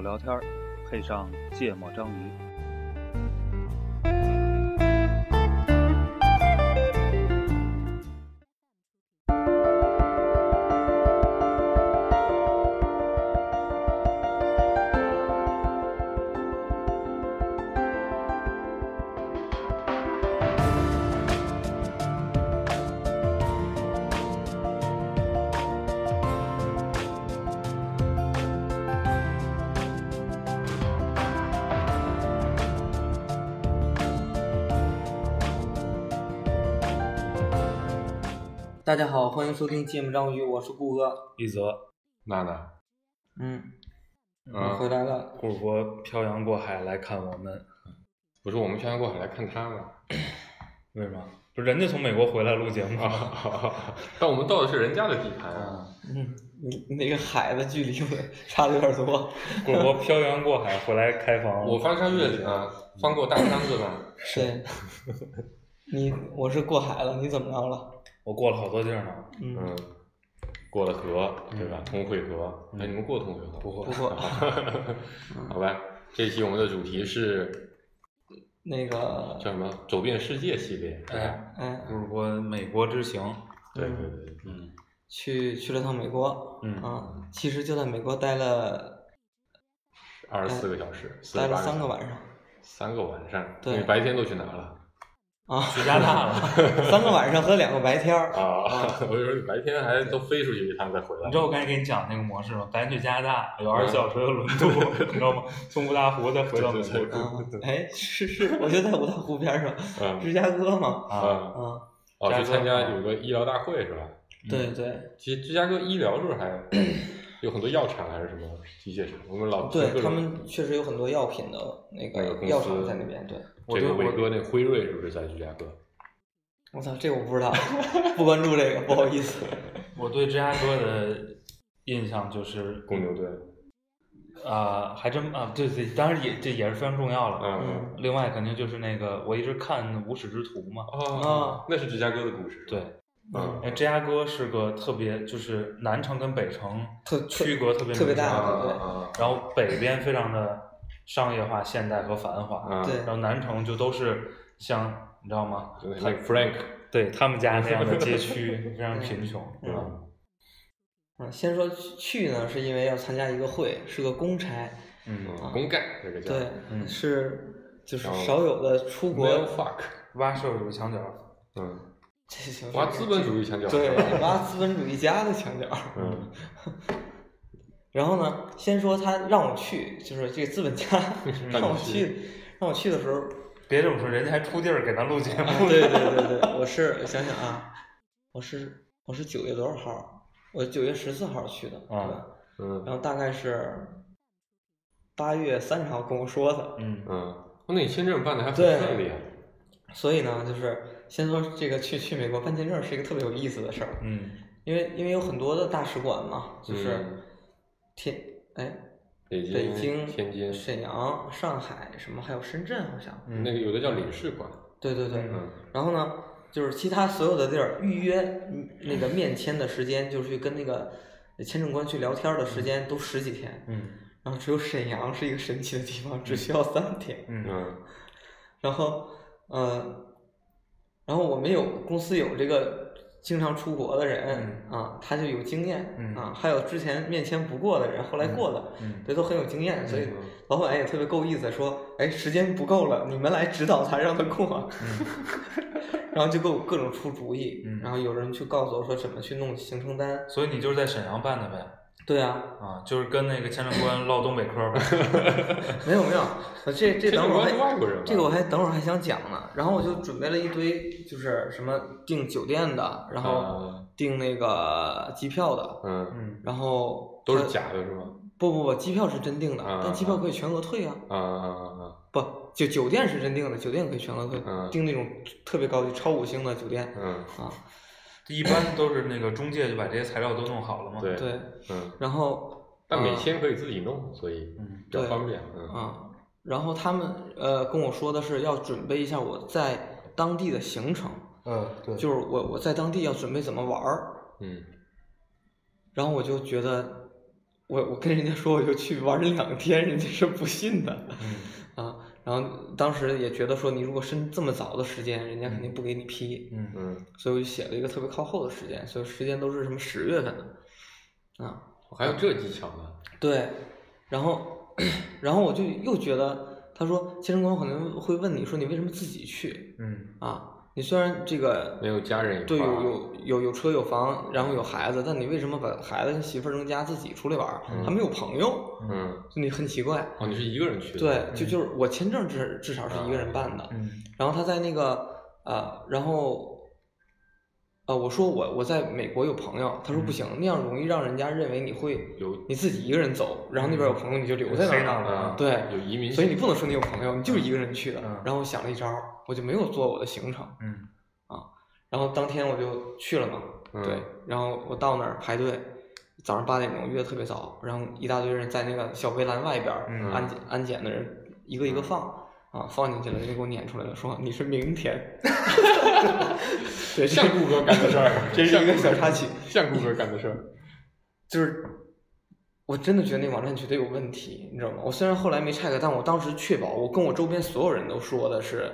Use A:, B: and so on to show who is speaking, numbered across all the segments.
A: 聊天，配上芥末章鱼。
B: 大家好，欢迎收听《芥末章鱼》，我是顾哥。
C: 一泽，
D: 娜娜，
B: 嗯，我回
D: 嗯，
B: 来了。
C: 故国漂洋过海来看我们，
D: 不是我们漂洋过海来看他们，
C: 为什么？不是人家从美国回来录节目吗？
D: 啊，但我们到的是人家的地盘啊。
B: 嗯，你那个海的距离差的有点多。
C: 故国漂洋过海回来开房，
D: 我翻山越岭啊，翻过大山子呢。
B: 对，你我是过海了，你怎么着了？
C: 我过了好多地儿呢。
B: 嗯，
D: 嗯，过了河，对吧？通惠河，哎，你们过通惠河？不过
B: 不 过
D: 好吧。这一期我们的主题是
B: 那个，
D: 叫什么？走遍世界系列，对吧？
C: 哎，
B: 哎，
C: 故国美国之行，
D: 对
B: 嗯
D: 对对对，
C: 嗯
B: 去去了趟美国，
C: 嗯，
B: 啊，其实就在美国待了
D: 二十四个小时，
B: 待了
D: 48
B: 三个
D: 小
B: 晚
D: 时，
B: 上
D: 三个晚上，
B: 对
D: 因为白天都去哪了？
B: 啊，
C: 去加拿大了。
B: 三个晚上和两个白天儿。
D: 啊， 我就说你白天还都飞出去一趟再回来
C: 你知，道我刚才给你讲那个模式吗？咱去加拿大有二十小时的轮渡，你知道吗？从五大湖再回到美
D: 对
C: 国
D: 对
B: 啊，哎，是是，我就在五大湖边上，
D: 嗯
B: 芝加哥嘛。
C: 啊。
D: 嗯，
B: 啊，
D: 哦，
C: 加
D: 去
C: 州
D: 参加有个医疗大会是吧？
B: 对对，
D: 其实芝加哥医疗是不是还有很多药厂还是什么机械厂？我们老听
B: 对
D: 啊各
B: 他
D: 种
B: 们确实有很多药品的那
D: 那个
B: 个
D: 公
B: 药
D: 司
B: 厂在那边，对。
C: 我
D: 这
C: 就
D: 个
C: 我
D: 伟哥那辉瑞是不是在芝加哥？
B: 我操，这我不知道，不关注这个，不好意思。
C: 我对芝加哥的印象就是
D: 公牛队，
C: 啊，还真啊，对对，当然也这也是非常重要了。
D: 嗯，
B: 嗯，
C: 另外，肯定就是那个，我一直看《无耻之徒》嘛。
B: 啊
D: 哦，那是芝加哥的故事，
C: 对，，
D: 嗯
C: 哎，芝加哥是个特别，就是南城跟北城
B: 特特
C: 区隔特别
B: 特别
C: 明显
B: 大
D: 啊
B: 对
D: 啊
C: 然后北边非常的商业化、现代和繁华，
D: 啊，
B: 对
C: 然后南城就都是像你知道吗？
D: 就是那个 Frank，
C: 对他们家那样的街 区，非常贫穷，对吧？
D: 嗯
B: 嗯，先说去去呢，是因为要参加一个会，是个公差，
C: 嗯，
D: 嗯，公干这个叫
B: 对，
C: 嗯
B: 是就是
D: 然后
B: 少有的出国，
D: Man Fuck，
C: 挖舍有墙角，
D: 嗯，
B: 这就是
D: 挖资本主义墙角，
B: 对， 挖资本主义家的墙角。
D: 嗯，
B: 然后呢，先说他让我去，就是这个资本家 让我去，让我去的时候，
C: 别这么说，人家还出地儿给咱录节目。
B: 啊 对对对对，我是我想想啊，我是我是九月多少号？我九月十四号去的，对吧？
D: 嗯
B: 然后大概是八月三十号跟我说的，
C: 嗯，
D: 嗯，哦那你签证办的还很
B: 对
D: 顺利啊，
B: 所以呢，就是先说这个去去美国办签证是一个特别有意思的事儿，
C: 嗯，
B: 因为因为有很多的大使馆嘛，就是
D: 嗯
B: 天哎
D: 北
B: 北京、
D: 天津，
B: 沈阳、上海什么，还有深圳好像，
C: 嗯
D: 那个有的叫领事馆，
B: 对对对。
D: 嗯
B: 然后呢，就是其他所有的地儿预约嗯那个面签的时间，就是去跟那个签证官去聊天的时间都十几天，
C: 嗯
B: 然后只有沈阳是一个神奇的地方，只需要三天。
C: 嗯
D: 嗯
B: 然后，呃，然后我们有公司有这个经常出国的人、啊，他就有经验、
C: 嗯
B: 啊，还有之前面签不过的人，后来过的，
C: 嗯，
B: 这都很有经验，所以
D: 嗯
B: 老板也特别够意思，说，哎，时间不够了，你们来指导他，让他过。然后就给我各种出主意，
C: 嗯
B: 然后有人去告诉我说怎么去弄行程单。
C: 所以你就是在沈阳办的呗？
B: 对 啊，
C: 啊，就是跟那个签证官唠东北嗑儿呗。
B: 没有没有，我这这
D: 签
B: 等
D: 证
B: 会儿
D: 官
B: 还
D: 是外国人吧，
B: 这个我还等会儿还想讲呢，然后我就准备了一堆，就是什么订酒店的，然后
D: 啊
B: 订那个机票的，
D: 嗯
C: 嗯
B: 然后
D: 都是
B: 他
D: 假的是吗？
B: 不不不，机票是真订的，
D: 啊
B: 但机票可以全额退啊，
D: 啊啊啊
B: 不就酒店是真订的，酒店可以全额退，
D: 嗯
B: 订那种特别高级超五星的酒店
D: 啊嗯
B: 啊，
C: 一般都是那个中介就把这些材料都弄好了嘛。
D: 对
B: 对，
D: 嗯，
B: 然后啊
D: 但每天可以自己弄，所以
C: 嗯
D: 比较
B: 对
D: 方便，嗯
B: 啊，然后他们呃跟我说的是要准备一下我在当地的行程，
C: 嗯，对
B: 就是我我在当地要准备怎么玩儿。
D: 嗯
B: 然后我就觉得我我跟人家说我就去玩了两天，人家是不信的
C: 嗯
B: 啊。然后当时也觉得说，你如果申这么早的时间，人家肯定不给你批，
C: 嗯
D: 嗯，
B: 所以我就写了一个特别靠后的时间，所以时间都是什么十月份的啊。
D: 我还有这技巧呢。
B: 对，然后 然后我就又觉得，他说健身管可能会问你说你为什么自己去
C: 嗯
B: 啊？你虽然这个
D: 没有家人一块
B: 对，有
D: 儿
B: 有有有车有房，然后有孩子，但你为什么把孩子跟媳妇儿扔家自己出来玩儿？还没有朋友，
D: 嗯，
B: 就你很奇怪。
D: 哦，你是一个人去的？
B: 对，就就是我签证至至少是一个人办
D: 啊
B: 的，
C: 嗯
B: 然后他在那个呃，然后呃，我说我我在美国有朋友，他说
D: 嗯
B: 不行，那样容易让人家认为你会
D: 有
B: 你自己一个人走，然后那边有朋友你就留在
C: 谁
B: 嗯那
C: 哪
B: 儿
C: 儿
B: 了，
D: 啊，
B: 对
D: 有移民，
B: 所以你不能说你有朋友，你就是一个人去的
C: 嗯。
B: 然后我想了一招，我就没有做我的行程，
C: 嗯
B: 然后当天我就去了嘛，
D: 嗯
B: 对，然后我到那儿排队，早上八点钟约的特别早，然后一大堆人在那个小围栏外边儿，
C: 嗯
B: 安检安检的人一个一个放、啊，放进去了，人家给我撵出来了，说你是明 天，对，
D: 像顾哥干的事儿，
B: 这是
D: 像
B: 一个
D: 顾
B: 小
D: 哥
B: 插曲，
D: 像顾哥干的事儿。
B: 就是我真的觉得那网站绝对有问题，你知道吗？我虽然后来没 check，但我当时确保我跟我周边所有人都说的是。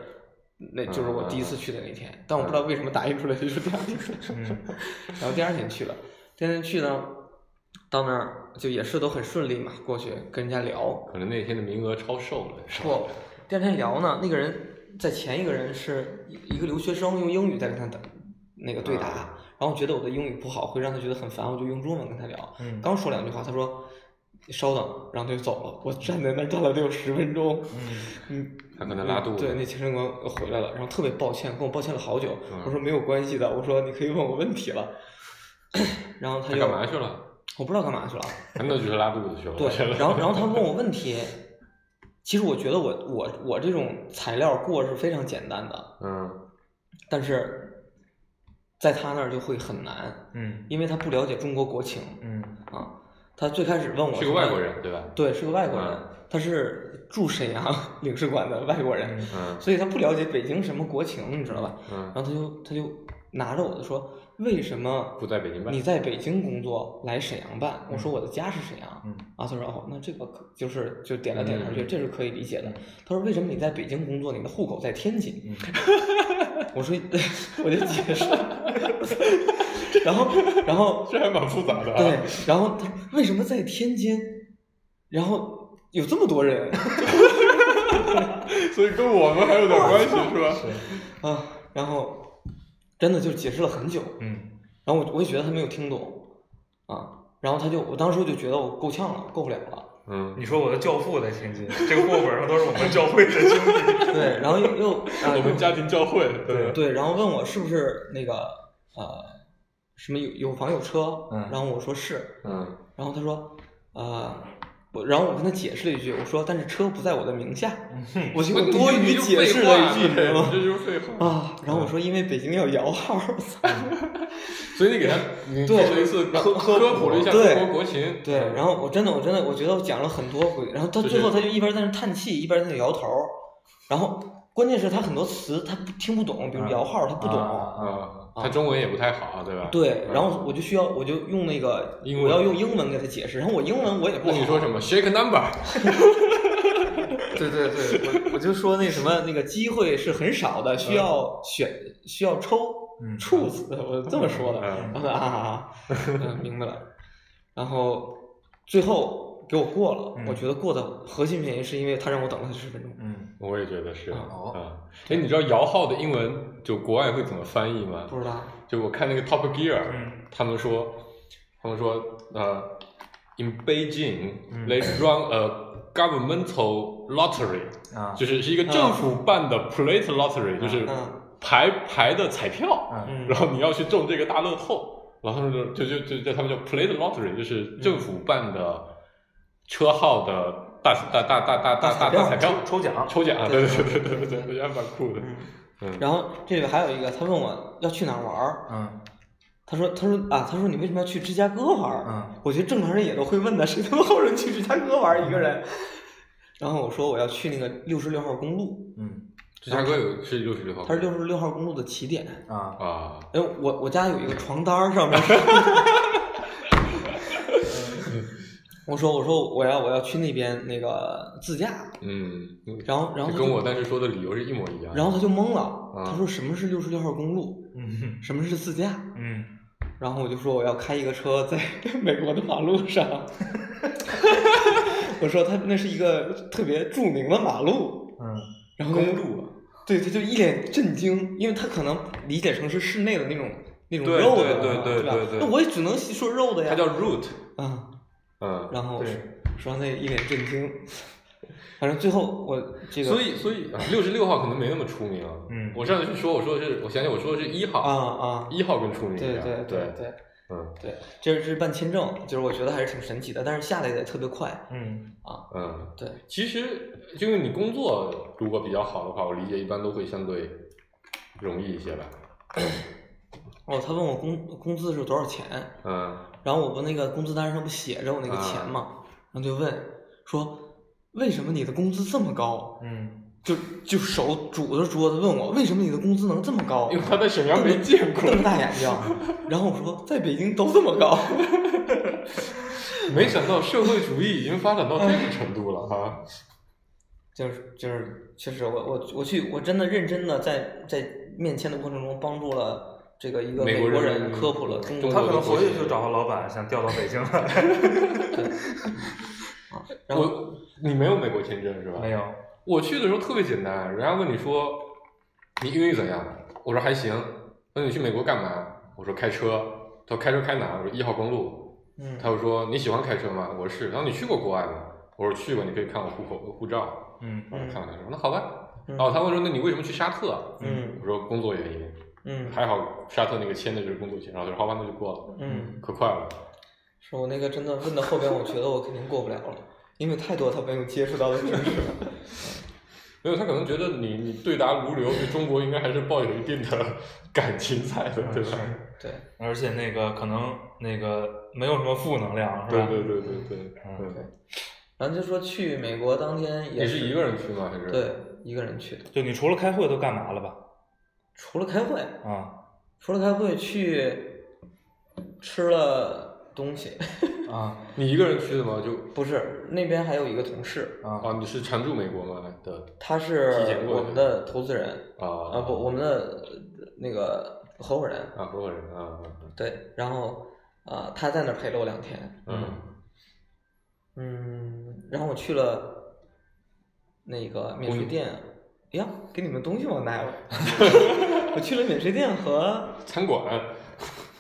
B: 那就是我第一次去的那天，但我不知道为什么打印出来就是第二天。
C: 嗯
B: 然后第二天去了，第二天去呢，到那儿就也是都很顺利嘛，过去跟人家聊。
D: 可能那天的名额超售了，是吧？
B: 不，第二天聊呢，那个人在前一个人是一个留学生，用英语在跟他打那个对答，
D: 啊
B: 然后我觉得我的英语不好，会让他觉得很烦，我就用中文跟他聊。
C: 嗯
B: 刚说两句话，他说。稍等，然后他就走了。我站在那儿站了得有十分钟，嗯，
D: 他可能拉肚子
B: 对，那健身官回来了，然后特别抱歉，跟我抱歉了好久。
D: 嗯
B: 我说没有关系的，我说你可以问我问题了。然后他
D: 他
B: 就
D: 干嘛去了？
B: 我不知道干嘛去了。
D: 难道就是拉肚子去了？我觉
B: 对，
D: 得
B: 然后然后他问我问题，其实我觉得我我我这种材料过是非常简单的，
D: 嗯
B: 但是在他那儿就会很难，
C: 嗯
B: 因为他不了解中国国情
C: 嗯
B: 啊。他最开始问我
D: 是个
B: 什么
D: 外国，人对吧？
B: 对，是个外国人
D: 嗯，
B: 他是驻沈阳 领事馆的外国人，
D: 嗯
B: 所以他不了解北京什么国情，你知道吧？然
D: 嗯，
B: 后他就他就拿着我的说，为什么
D: 不在北京办
B: 你在北京工作来沈阳办？我说我的家是沈阳。
C: 嗯
B: 啊，他说哦，那这个可就是就点了点头，
D: 嗯
B: 觉得这是可以理解的。他说为什么你在北京工作，你的户口在天津？
C: 嗯
B: 我说我就解释了， 然后然后
D: 这还蛮复杂的啊。
B: 对，然后他为什么在天津？然后有这么多人
D: 所以跟我们还有点关系是吧？
B: 啊，然后真的就解释了很久，
C: 嗯
B: 然后我我也觉得他没有听懂啊，然后他就我当时就觉得我够呛了，够不了了。
D: 嗯，
C: 你说我的教父在天津，这个户口上都是我们教会的兄弟。
B: 对，然后又又啊，
D: 我们家庭 教会对
B: 对，然后问我是不是那个呃什么有有房有车，
C: 嗯
B: 然后我说是，
D: 嗯
B: 然后他说呃我，然后我跟他解释了一句，我说但是车不在我的名下，
C: 嗯
B: 我 就多余解释了一句，你 嗯知道
D: 对
B: 吗
D: 这？就是废话。
B: 啊，然后我说因为北京要摇号， 嗯
D: 所以你给他你做
B: 对
D: 了一次科
B: 科
D: 科普了一下
B: 对
D: 中国国情，
B: 对，然后我真的我真的我觉得我讲了很多回，然后他
D: 就
B: 最后
D: 是
B: 他就一边在那叹气，一边在那摇头，然后关键是他很多词他不听不懂，比如摇号他不懂。
C: 啊
D: 啊，他中文也不太好，对吧？
B: 对，
D: 嗯
B: 然后我就需要，我就用那个，
D: 英文
B: 我要用英文给他解释，然后我英文我也不
D: 那
B: 好。
D: 你说什么？Shake number， 嗯
B: 对对对，我我就说那什 么，那个机会是很少的，需要选，需要抽
C: 嗯
B: choose，我这么说的。然后他 啊啊啊，嗯，明白了。然后最后给我过了，
C: 嗯
B: 我觉得过的核心原因是因为他让我等了他十分钟。
C: 嗯
D: 我也觉得是
C: 哦
D: 啊。哎，你知道摇号的英文就国外会怎么翻译吗？
B: 不知道，
D: 就我看那个 Top Gear，
C: 嗯
D: 他们说，他们说，呃，In Beijing
C: 嗯
D: they run a governmental lottery，
C: 啊
D: 就是是一个政府办的 plate lottery，就是
B: 嗯
D: 排排的彩票。
C: 嗯
B: 嗯
D: 然后你要去中这个大乐透，然后他们就就就就叫他们叫 plate lottery，就是政府办的车号的大大大大大大大大彩票
C: 抽抽奖
D: 抽奖，
B: 对
D: 对
B: 对
D: 对对对对对，我觉得还蛮酷的。
B: 嗯。
D: 嗯
B: 然后这里还有一个，他问我要去哪儿玩儿，
C: 嗯
B: 他说：“他说啊，他说你为什么要去芝加哥玩儿？
C: 嗯
B: 我觉得正常人也都会问的，谁他妈后人去芝加哥玩儿一个人？然后我说我要去那个六十六号公路，
C: 嗯
D: 芝加哥有是六十六号，
B: 它是六十六号公路的起点。
C: 啊
D: 啊，
B: 哎，我 我家有一个床单儿，上面是。我说我说我要我要去那边那个自驾，
D: 嗯，
B: 然后然后他
D: 就跟
B: 就
D: 我当时说的理由是一模一样。
B: 然后他就懵了，
D: 啊
B: 他说什么是六十六号公路，
C: 嗯
B: 什么是自驾？
C: 嗯，
B: 然后我就说我要开一个车在 美国的马路上， 我说他那是一个特别著名的马路，
C: 嗯，
B: 然后
D: 公路啊，
B: 对他就一脸震惊，因为他可能理解成是室内的那种那种
D: 对
B: 肉
D: 对
B: 的嘛，
D: 对对
B: 吧
D: 对对
B: 那我也只能说肉的呀。
D: 它叫 route，
B: 啊，
D: 嗯，
B: 然后
C: 对
B: 说那一脸震惊，反正最后我这个
D: 嗯所以所以六十六号可能没那么出名。啊
C: 嗯
D: 我上次是说我说的是我想想我说的是一
B: 啊
D: 号，
B: 啊，
D: 一号更出名一
B: 对
D: 点。
B: 对
D: 对，
B: 对
D: 嗯
B: 对，这是这是办签证，就是我觉得还是挺神奇的，但是下来也特别快，
C: 嗯，
D: 嗯。
B: 对，
D: 其实，因为你工作如果比较好的话，我理解一般都会相对容易一些吧。
B: 哦，他问我工工资是多少钱，
D: 嗯
B: 然后我不那个工资单上不写着我那个钱
D: 啊
B: 嘛，然后就问说为什么你的工资这么高？
C: 嗯，
B: 就就手拄着桌子问我为什么你的工资能这么高？
D: 因为他在沈阳没见过，
B: 瞪着大眼睛，然后我说在北京都这么高，
D: 没想到社会主义已经发展到这个程度了哈。
B: 就是就是确实我我我去我真的认真的在在面签的过程中帮助了这个一个
D: 美
B: 美
D: 国
B: 国
D: 人
B: 人科普了中
D: 中
B: 国
C: 他
D: 国
B: 的
C: 可能
B: 国
C: 回
B: 情
C: 去就找到老板，想调到北京来。
B: 然后
D: 我你没有美国签证是吧？
C: 没。有，
D: 我去的时候特别简单，人家问你说你英语怎样？我说还行。那你去美国干嘛？我说开车。他说开车开哪？我说一号公路。
B: 嗯
D: 他又说你喜欢开车吗？我说是。然后你去过国外吗？我说去过，你可以看我户口护照。
C: 嗯
D: 然后
B: 嗯
D: 看了他说那好吧。
B: 嗯
D: 然后他问说那你为什么去沙特？啊
B: 嗯
D: 我说工作原因。
B: 嗯
D: 还好沙特那个签的就是工作签，然后他说好吧那就过了，
B: 嗯，
D: 可快了。
B: 是我那个真的问到后边，我觉得我肯定过不了了，因为太多他没有接触到的知识了。
D: 没有他可能觉得你你对答如流，对中国应该还是抱有一定的感情在的，
B: 嗯
D: 对
B: 啊
D: 吧？
C: 是
B: 对，
C: 而且那个可能那个没有什么负能量，是
D: 对
C: 吧？
D: 对对对对，
C: 嗯
D: 嗯。
B: 然后就说去美国当天也
D: 你是一个人去吗？还是？
B: 对一个人去的，
C: 就你除了开会都干嘛了吧？
B: 除了开会，
C: 啊
B: 除了开会去吃了东西，
C: 啊
D: 你一个人去的吗？就
B: 不是那边还有一个同事，
C: 啊！
D: 啊，你是常驻美国吗？的
B: 他是
D: 提前过去
B: 我们的投资人，
D: 啊
B: 啊不，我们的呃那个合伙人，
D: 啊，合伙人啊，啊
B: 对，然后啊、呃他在那儿陪了我两天，
D: 嗯，
B: 嗯，然后我去了那个免税店，哎呀，给你们东西忘带了， 我去了免税店和
D: 餐馆啊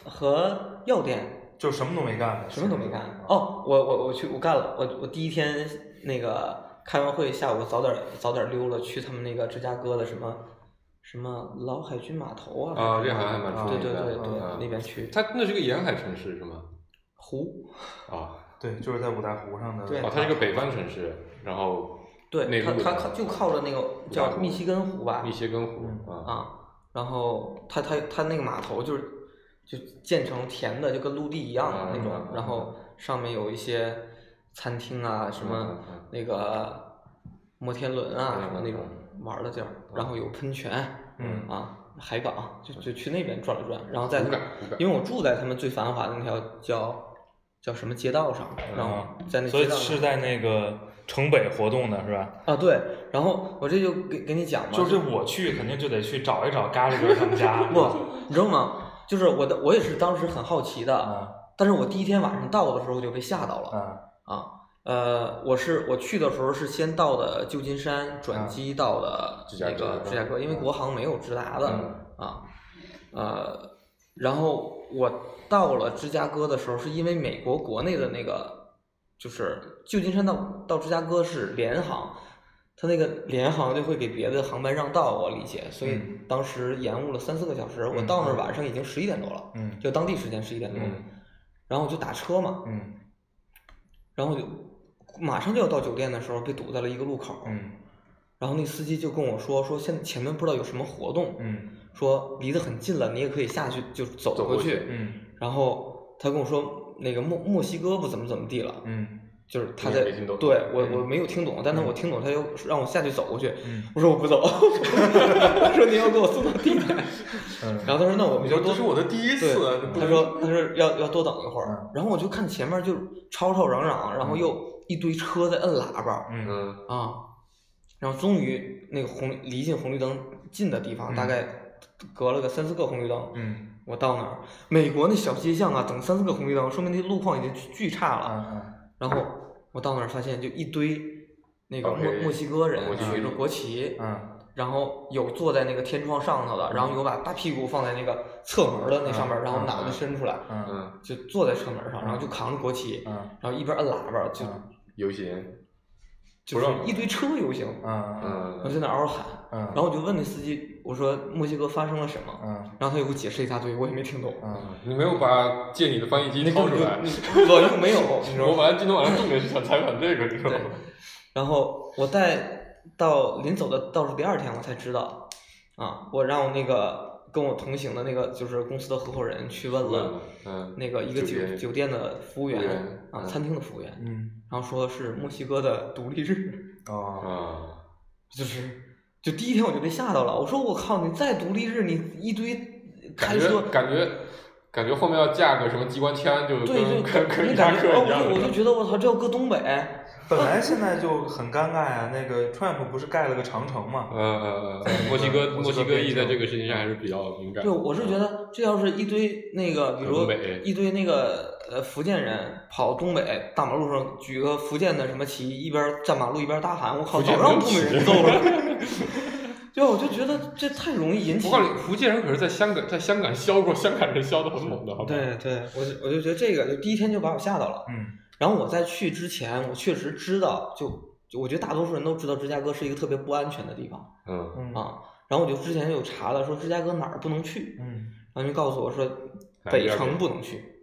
B: 和药店，
C: 就什么都没干，
B: 什么都没干。哦，我我我去我干了，我我第一天那个开完会，下午早点早点溜了，去他们那个芝加哥的什么什么老海军码头啊，
D: 啊，这好像还蛮出
B: 对
D: 名
B: 对
D: 的，
B: 对对，
D: 啊
B: 那边去
D: 它那是个沿海城市是吗？
B: 湖，
D: 啊，
C: 对，就是在五台湖上的。
B: 对
D: 哦，它是个北方城市，然后内
B: 对，它
D: 陆
B: 它
D: 的
B: 靠就靠着那个叫密西根湖吧
D: 密，歇根湖
C: 嗯
D: 啊，
B: 啊，然后它它它那个码头就是就建成甜的，就跟陆地一样的那
D: 嗯嗯
B: 种
D: 嗯，
B: 然后上面有一些餐厅啊，什么
D: 嗯嗯
B: 那个摩天轮啊，
D: 嗯
B: 什么那种玩的地儿，然后有喷泉
C: 嗯
B: 啊，海港，就就去那边转了转，然后在
D: 湖港湖港
B: 因为我住在他们最繁华的那条叫叫什么街道上，然后在那
C: 所
B: 街
C: 以
B: 道
C: 是
B: 上
C: 在那个城北活动的是吧？
B: 啊对，然后我这就给给你讲嘛，
C: 就是我去，肯定就得去找一找咖喱哥他们家。
B: 不，你知道吗？就是我的，我也是当时很好奇的，
C: 啊
B: 但是我第一天晚上到的时候就被吓到了
C: 啊
B: 啊。呃，我是我去的时候是先到的旧金山，
C: 啊
B: 转机到的
D: 芝加
B: 那个
D: 哥
B: 芝加哥，因为国航没有直达的啊。呃，然后我到了芝加哥的时候，是因为美国国内的那个就是旧金山到到芝加哥是联航。它那个联航就会给别的航班让道，我理解，所以
C: 嗯
B: 当时延误了三四个小时。我
C: 嗯
B: 到那儿
C: 嗯
B: 晚上已经十一点多了，
C: 嗯
B: 就当地时间十一点多，
C: 嗯
B: 然后我就打车嘛，
C: 嗯
B: 然后就马上就要到酒店的时候，被堵在了一个路口。
C: 嗯
B: 然后那司机就跟我说，说现在前面不知道有什么活动，
C: 嗯
B: 说离得很近了，你也可以下去就走
D: 走
B: 过
D: 过去
C: 嗯
B: 然后他跟我说，那个墨墨西哥不怎么怎么地了。
C: 嗯
B: 就是他
D: 你也
B: 在
D: 没听懂嗯
B: 对我我没有听懂，但是我听懂他又让我下去走过去，
C: 嗯
B: 我说我不走， 我说你要给我送到地点，
C: 嗯
B: 然后他说那我
D: 我
B: 们
D: 觉
B: 就
D: 得这
B: 多
D: 是我的第一次，
B: 对，
D: 啊不
B: 他
D: 能
B: 说他说要要多等一会儿
C: 嗯，
B: 然后我就看前面就吵吵嚷嚷，然后又一堆车在摁喇叭
C: 嗯
D: 嗯
B: 啊，然后终于那个红离近红绿灯近的地方，
C: 嗯
B: 大概隔了个三四个红绿灯，
C: 嗯
B: 我到那儿，美国那小街巷啊，等三四个红绿灯，说明那路况已经巨巨差了。
C: 嗯
B: 然后我到那儿发现就一堆那个
D: 哦
B: 墨
D: 嘿
B: 墨西哥人
D: 我去
B: 举着国旗，
C: 嗯
B: 然后有坐在那个天窗上头的，然后有把大屁股放在那个侧门的那上面，
C: 嗯
B: 然后
C: 嗯
B: 脑袋
D: 嗯
B: 伸出来，
C: 嗯
D: 嗯，
B: 就坐在车门上，然后就扛着国旗，
C: 嗯
B: 然后一边摁喇叭，就
C: 嗯
D: 游行，
B: 就是一堆车游行，
C: 嗯
B: 我
D: 嗯
B: 在那嗷嗷喊，
C: 嗯，
B: 然后我就问那司机，我说墨西哥发生了什么，
C: 嗯
B: 然后他又给我解释一大堆，我也没听懂，
C: 嗯
D: 你没有把借你的翻译机
B: 那
D: 掏
B: 根本
D: 出
B: 就
D: 来，
B: 那我又 没有，你知道
D: 我
B: 吗？
D: 本来今天晚上重点是想采访这个，你知道吗？
B: 然后我带到临走的倒数第二天，我才知道，啊，我让我那个跟我同行的那个就是公司的合伙人去问了，
D: 嗯，
B: 那个一个
D: 酒
B: 酒
D: 店
B: 酒店的服务
D: 服务
B: 员
D: 员
B: 啊，
D: 嗯
B: 餐厅的服务员，
C: 嗯
B: 然后说是墨西哥的独立日，
C: 哦
D: 啊，
B: 就是就第一天我就被吓到了，我说我靠，你再独立日你一堆开
D: 感觉
B: 车。
D: 感觉感觉后面要架个什么机关枪，就
B: 对对，
D: 跟跟跟
B: 你
D: 伊
B: 感
D: 拉
B: 觉哦，
D: 克一样
B: 我就我就
D: 的，
B: 觉得我操，这要搁东北，
C: 本来现在就很尴尬呀，那个 Trump 不是盖了个长城
B: 啊
C: 嘛？
D: 嗯嗯嗯，墨西哥墨西哥裔在这个事情上还是比较敏感。
B: 对，我是觉得这要是一堆那个，比如
D: 嗯东北
B: 一堆那个呃福建人跑东北大马路上举个福建的什么旗，一边站马路一边大喊，我靠，
D: 福建
B: 早让
D: 没有
B: 东北人
D: 旗
B: 揍了。 对，我就觉得这太容易引起
D: 嗯不。过福建人可是在香港，在香港削过香港人削的很猛的，好吧？
B: 对对，我就我就觉得这个就第一天就把我吓到了。
C: 嗯
B: 然后我在去之前，我确实知道，就就我觉得大多数人都知道芝加哥是一个特别不安全的地方
D: 嗯，
C: 嗯
B: 啊。然后我就之前有查了，说芝加哥哪儿不能去，
C: 嗯
B: 然后就告诉我说
D: 南
B: 北
D: 边儿
B: 城
D: 呗
B: 不能去，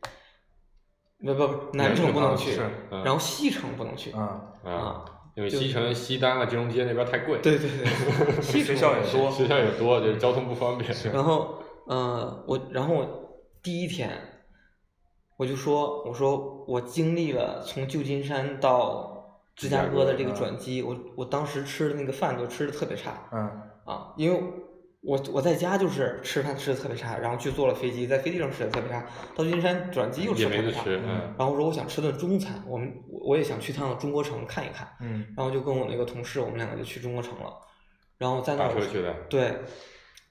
B: 不不不
D: 南
B: 南城
D: 城
B: 不
D: 啊
B: 能去
C: 是，
D: 嗯
B: 然后西城不能去
C: 嗯，
D: 啊，
B: 啊，
D: 因为西城、西单啊、金融街那边太贵，
B: 对对对，西
C: 学
B: 城
C: 校
B: 不能
C: 也
B: 去
C: 多，
D: 学校也多，就是交通不方便。
B: 然后呃，我然后我第一天我就说我说我经历了从旧金山到芝加哥的这个转机，我我当时吃的那个饭就吃的特别差
C: 嗯
B: 啊，因为。我我在家就是吃饭吃的特别差，然后去坐了飞机，在飞机上吃的特别差，到旧金山转机又吃
D: 也
B: 的特
D: 没
B: 别
D: 得
B: 差，
D: 吃，嗯
B: 然后我说我想吃顿中餐，我们我我也想去趟中国城看一看，
C: 嗯
B: 然后就跟我那个同事，我们两个就去中国城了，然后在那
D: 打
B: 儿
D: 车去的，
B: 对，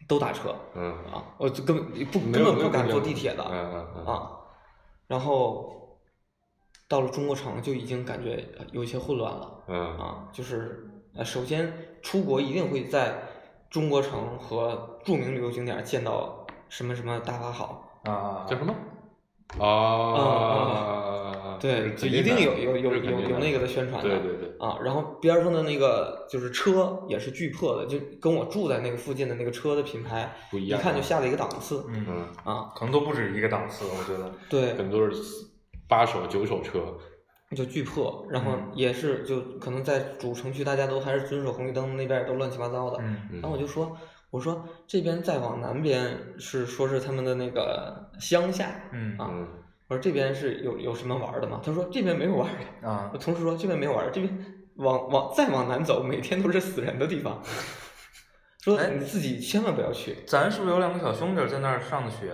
B: 都打车
D: 嗯，
B: 啊，我就根本不
D: 没
B: 根
D: 有
B: 本
D: 没
B: 不
D: 有
B: 敢
D: 必要
B: 坐地铁的、
D: 嗯嗯嗯，
B: 啊，然后到了中国城就已经感觉有一些混乱了
D: 嗯
B: 啊，就是呃，首先出国一定会在中国城和著名旅游景点见到什么什么大法好，
C: 啊，
D: 叫什么？
B: 啊
D: 啊，
B: 嗯对，就一定有有有有有那个的宣传的，
D: 对对对，
B: 啊，然后边儿上的那个就是车也是巨破的，就跟我住在那个附近的那个车的品牌
D: 不一
B: 一
D: 样
B: 看就下了一个档次
C: 嗯，
D: 嗯，啊
B: 啊，
C: 可能都不止一个档次，我觉得，
B: 对，
D: 很多是八手九手车，
B: 就巨破，然后
C: 嗯
B: 也是就可能在主城区大家都还是遵守红绿灯，那边儿都乱七八糟的，
C: 嗯
D: 嗯
B: 然后我就说。我说这边再往南边是说是他们的那个乡下，
C: 嗯
B: 啊
D: 嗯
B: 我说这边是有有什么玩儿的吗？他说这边没有玩儿的，
C: 啊
B: 我同事说这边没有玩儿，这边往往再往南走，每天都是死人的地方。 说
C: 哎
B: 你自己千万不要去。
C: 咱是不是有两个小兄弟在那儿上的学，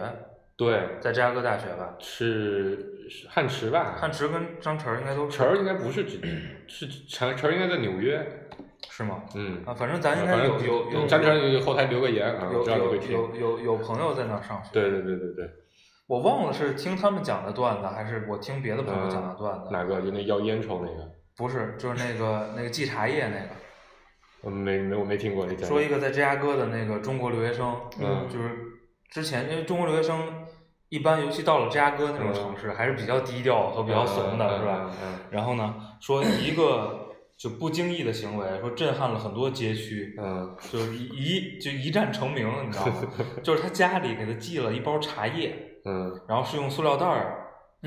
D: 对，
C: 在芝加哥大学吧？
D: 是是汉池吧？
C: 汉池跟张晨儿应该都
D: 池儿应该不是指是陈陈儿应该在纽约，
C: 是吗？
D: 嗯，
C: 啊，反正咱应
D: 反
C: 该有
D: 正
C: 有有
D: 张晨后台留个言啊，我
C: 有
D: 知道你
C: 有
D: 会听。
C: 有有有朋友在那儿上学，
D: 对对对对对，
C: 我忘了是听他们讲的段子，还是我听别的朋友讲的段子。
D: 哪个就那要烟抽那个？
C: 不是，就是那个那个寄茶叶那个，
D: 我没没我没听过，你讲
C: 说一个在芝加哥的那个中国留学生，
D: 嗯
C: 就是之前因为中国留学生一般，尤其到了芝加哥那种城市，还是比较低调和比较怂的，是吧？？
D: 嗯嗯嗯嗯
C: 然后呢，说一个就不经意的行为，说震撼了很多街区，
D: 嗯
C: 就是一一就一战成名，你知道吗？ 就是他家里给他寄了一包茶叶，
D: 嗯
C: 然后是用塑料袋儿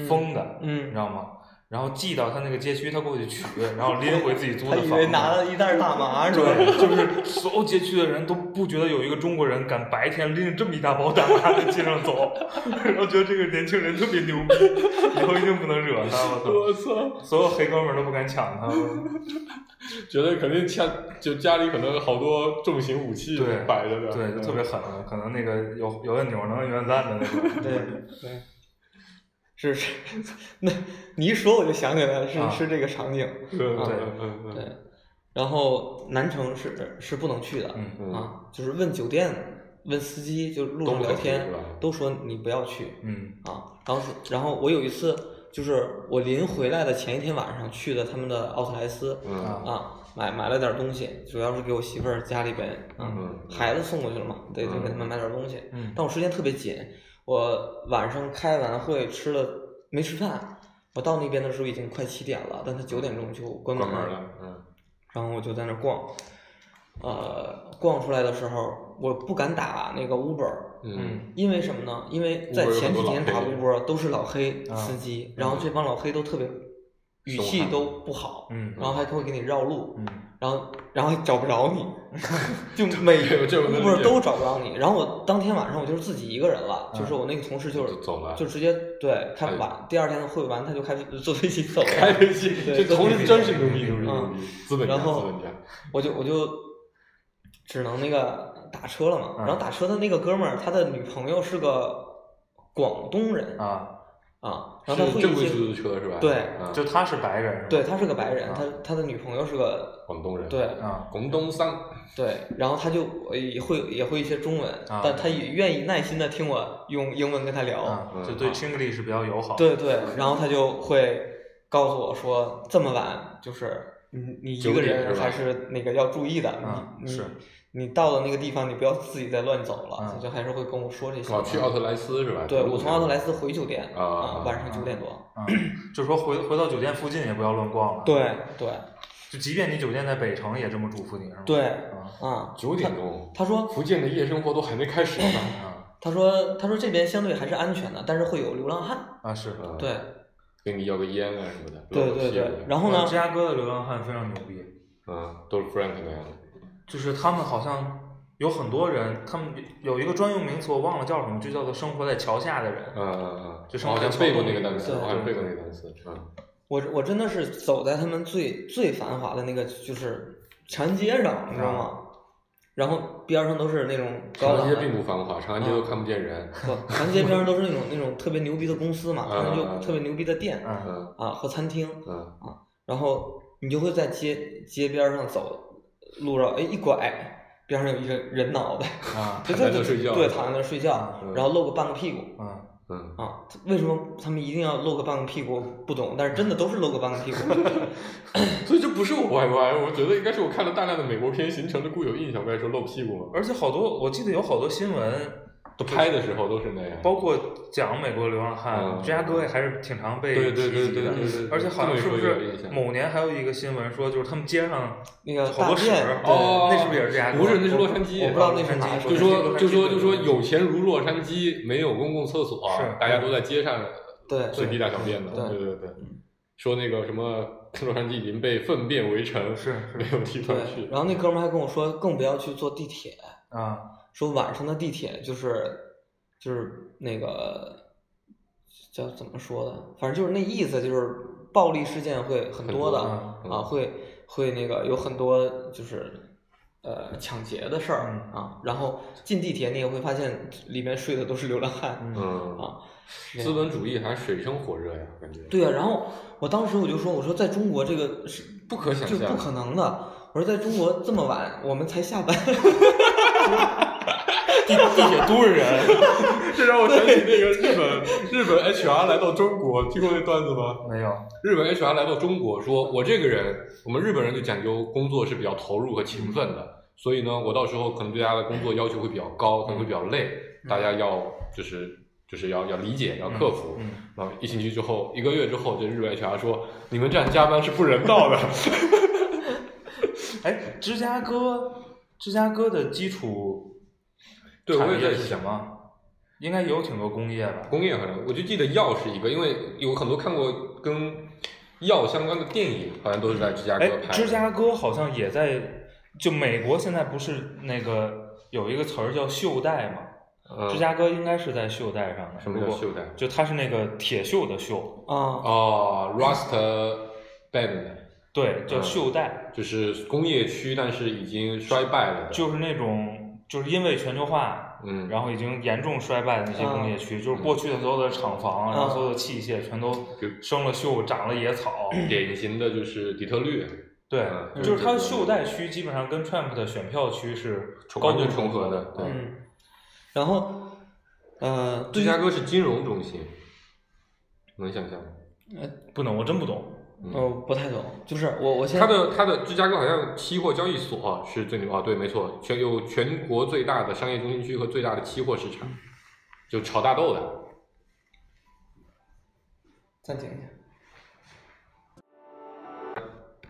C: 封的，你
B: 嗯
C: 知道吗？然后寄到他那个街区，他过去取，然后拎回自己租
B: 他
C: 的
B: 以
C: 房
B: 为
D: 啊
C: 子。
B: 拿了一袋大麻是吧？
C: 对， 就是所有街区的人都不觉得有一个中国人敢白天拎着这么一大包大麻在街上走， 然后觉得这个年轻人特别牛逼，以后一定不能惹他。我
D: 我操，
C: 操，所有黑哥们儿都不敢抢他。
D: 觉得肯定家就家里可能好多重型武器
C: 对
D: 摆着的，嗯
C: 对，就特别狠的，可能那个有有按钮能原弹的那种。
B: 对
D: 嗯
B: 对，是是， 那你一说我就想起来了，是、
C: 啊
B: 是这个场景。
D: 嗯，对
C: 对
D: 嗯嗯
B: 对，然后南城是是不能去的、
C: 嗯
D: 嗯
B: 啊，就是问酒店、问司机，就路上
D: 都不
B: 聊
D: 能去
B: 天
D: 是吧
B: 都说你不要去
C: 嗯
B: 啊。然后是然后我有一次就是我临回来的前一天晚上去的他们的奥特莱斯
D: 嗯嗯
C: 啊
B: 啊，买买了点东西，主要是给我媳妇儿家里边啊
D: 嗯
B: 孩子送过去了嘛，得得给他们买点东西。
C: 嗯
B: 但我时间特别紧，我晚上开完会吃了没吃饭，我到那边的时候已经快七点了，但他九点钟就关门
D: 关门了，嗯
B: 然后我就在那儿逛，呃，逛出来的时候我不敢打那个 Uber，
D: 嗯
C: 嗯
B: 因为什么呢？因为在
D: Uber 有
B: 前几
D: 很多
B: 天
D: 老
B: 打
D: 黑
B: Uber 都是老黑
C: 啊
B: 司机，然后这帮老黑都特别语
D: 凶
B: 气
D: 悍
B: 都不好，
C: 嗯
B: 然后还会给你绕路，
C: 嗯
B: 然后然后还找不着 你，就每
D: 这这我能理解
B: 不是都找不着你。然后我当天晚上我就是自己一个人了，
C: 嗯
B: 就是我那个同事就是
D: 就走了哎
B: 就直接对开完第二天的会完他就开坐飞机走
D: 开
B: 了，
D: 飞机，
B: 对
D: 这同事真是牛逼，
C: 对嗯
D: 牛逼，牛逼！资本家，
B: 然后
D: 资本家，
B: 我就我就只能那个打车了嘛。
C: 嗯
B: 然后打车的那个哥们儿他的女朋友是个广东人啊
C: 啊，
B: 然后他
D: 嗯是
B: 会
D: 正
B: 一
D: 规
B: 些
D: 出租车嗯是吧？
B: 对
D: 嗯
C: 就他是白人是吧？
B: 对他是个白人，
C: 啊
B: 他他的女朋友是个
D: 广东人，
B: 对
C: 啊
D: 广东商，
B: 对，然后他就呃也会也会一些中文，
C: 啊
B: 但他也愿意耐心的听我用英文跟他聊。
C: 啊，就对 Chinglish 比较友好。
B: 哦对对，然后他就会告诉我说，这么晚就是你你一
D: 九
B: 个
D: 点
B: 人
D: 是吧
B: 还是那个要注意的，
C: 啊
B: 你
C: 是
B: 你你到了那个地方，你不要自己再乱走了。
C: 啊
B: 他就还是会跟我说这些。
D: 哦，去奥特莱斯是吧？
B: 对，
D: 走路
B: 我从奥特莱斯回酒店
D: 啊啊
B: 晚上
C: 啊
B: 九点多。
C: 啊， 就是说回回到酒店附近也不要乱逛了。，
B: 对对
C: 就即便你酒店在北城，也这么嘱咐你是吗？
B: 对
C: 啊
B: 啊，
D: 九点钟，
B: 他说
D: 福建的夜生活都还没开 始呢。
C: 啊
B: 他说他说这边相对还是安全的，但是会有流浪汉。
C: 啊是。
D: 嗯，
B: 对
D: 跟你要个烟啊什么的，
B: 对
D: 搂个
B: 对
D: 屁股
B: 对
D: 的，
B: 然后呢
C: 呃芝？加哥的流浪汉非常牛逼，
D: 嗯，都是 Frank 那样的，
C: 就是他们好像有很多人，他们有一个专用名词，我忘了叫什么，就叫做生活在桥下的人。
D: 嗯嗯嗯，
C: 就
D: 我
C: 是那
D: 好
C: 个
D: 像背过那个单词，
B: 对
D: 我好像背过那个单词，嗯，
B: 我我真的是走在他们最最繁华的那个就是长安街上，你知道吗？然后边上都是那种高
D: 啊长
B: 档嗯
D: 安街
B: 的，
D: 并不繁华，长安街都看不见人，
B: 不，长安街边上都是那种那种特别牛逼的公司嘛，
D: 嗯
B: 他们
D: 嗯
B: 就特别牛逼的店
C: 嗯
D: 嗯
B: 啊和餐厅，
D: 嗯
B: 然后你就会在街街边上走，路上哎一拐，边上有一个人脑袋，
C: 啊
B: 就
D: 躺在那
B: 就
D: 睡觉
B: 对，躺在那睡觉，
D: 嗯
B: 然后露个半个屁股
C: 嗯，
D: 嗯，
B: 啊。为什么他们一定要露个半个屁股？不懂，但是真的都是露个半个屁股。
D: 所以这不是我 YY，我觉得应该是我看了大量的美国片形成的固有印象，不是说露屁股嘛，
C: 而且好多我记得有好多新闻，
D: 都拍的时候都是那样，
C: 包括讲美国流浪汉，
D: 嗯
C: 芝加哥也还是挺常被
D: 对对
C: 提
D: 对
C: 及
D: 对
C: 的
D: 对对对，
C: 而且好像是不
D: 这么一说有印
C: 是
D: 象
C: 某年还有一个新闻说，就是他们街上
B: 那个
C: 好
B: 大
C: 多屎
B: 便，对
D: 哦
C: 那是不是也是芝加哥？
D: 不是那是洛杉矶
B: 我不知道那是哪
C: 洛
B: 一
C: 杉矶
D: 就说就说就说
C: 有
D: 有钱如洛杉矶，没有公共厕所，
C: 是
D: 大家都在街上
B: 对
D: 随地大小便的，
B: 对
D: 对嗯对对，说那个什么 洛杉矶已经被粪便围城，
C: 是
D: 没
C: 是
D: 有地方
B: 对，
D: 去，
B: 然后那哥们儿还跟我说，更不要去坐地铁，
C: 啊
B: 说晚上的地铁就是就是那个叫怎么说的，反正就是那意思，就是暴力事件会很多的
C: 很
D: 多嗯
B: 啊，
D: 嗯
B: 会会那个有很多就是。呃，抢劫的事儿
C: 嗯
B: 啊，然后进地铁你也会发现里面睡的都是流浪汉，
C: 嗯
D: 嗯，
B: 啊，
D: 资本主义还水深火热呀，感觉
B: 对啊呀、然后我当时我就说，我说在中国这个是
D: 不可想
B: 就不
D: 象，
B: 可能的。我说在中国这么晚，我们才下班，
C: 地地铁都是 人，
D: 这让我想起那个日本日本 HR 来到中国，听过那段子吗？
C: 没有
D: 日本 HR 来到中国，说我这个人，我们日本人就讲究工作是比较投入和勤奋的，所以呢，我到时候可能对大家的工作要求会比较高，可能会比较累，
C: 嗯
D: 大家要就是就是要要理解，要克服。
C: 嗯，
D: 然后一星期之后，一个月之后，这日本 HR 说，你们这样加班是不人道的。
C: 哎，芝加哥，芝加哥的基础
D: 对，我
C: 产
D: 也
C: 业
D: 在
C: 是什
D: 想。
C: 么？应该也有挺多工业吧？
D: 工业好像，我就记得药是一个，因为有很多看过跟药相关的电影好像都是在芝加哥
C: 哎
D: 拍，的。
C: 芝加哥好像也在，就美国现在不是那个有一个词儿叫袖带嘛？
D: 嗯
C: 芝加哥应该是在袖带上的。
D: 什么叫
C: 如果
D: 袖带
C: 就它是那个铁锈的锈，
B: 啊，
D: 哦，Rust Bend
C: 对，
D: 嗯
C: 叫袖带，
D: 就是工业区，但是已经衰败了的。
C: 就是那种就是因为全球化，
D: 嗯，
C: 然后已经严重衰败的那些工业区，就是过去的所有的厂房，
B: 嗯
C: 啊然后所有的器械全都
D: 就嗯
C: 生了锈，长了野草。
D: 典型的就是底特律，
C: 对
D: 嗯，
C: 就是它的袖带区基本上跟 Trump 的选票区是高
D: 完
C: 度
D: 全重合的。对，
B: 嗯，然后，呃，对于
D: 芝加哥是金融中心，能想象吗？
C: 不能，我真不懂。
D: 嗯
B: 呃，不太懂，就是我我现在
D: 它的它的芝加哥好像期货交易所是最牛啊，对，没错，全有全国最大的商业中心区和最大的期货市场，就炒大豆的。
B: 暂停一下，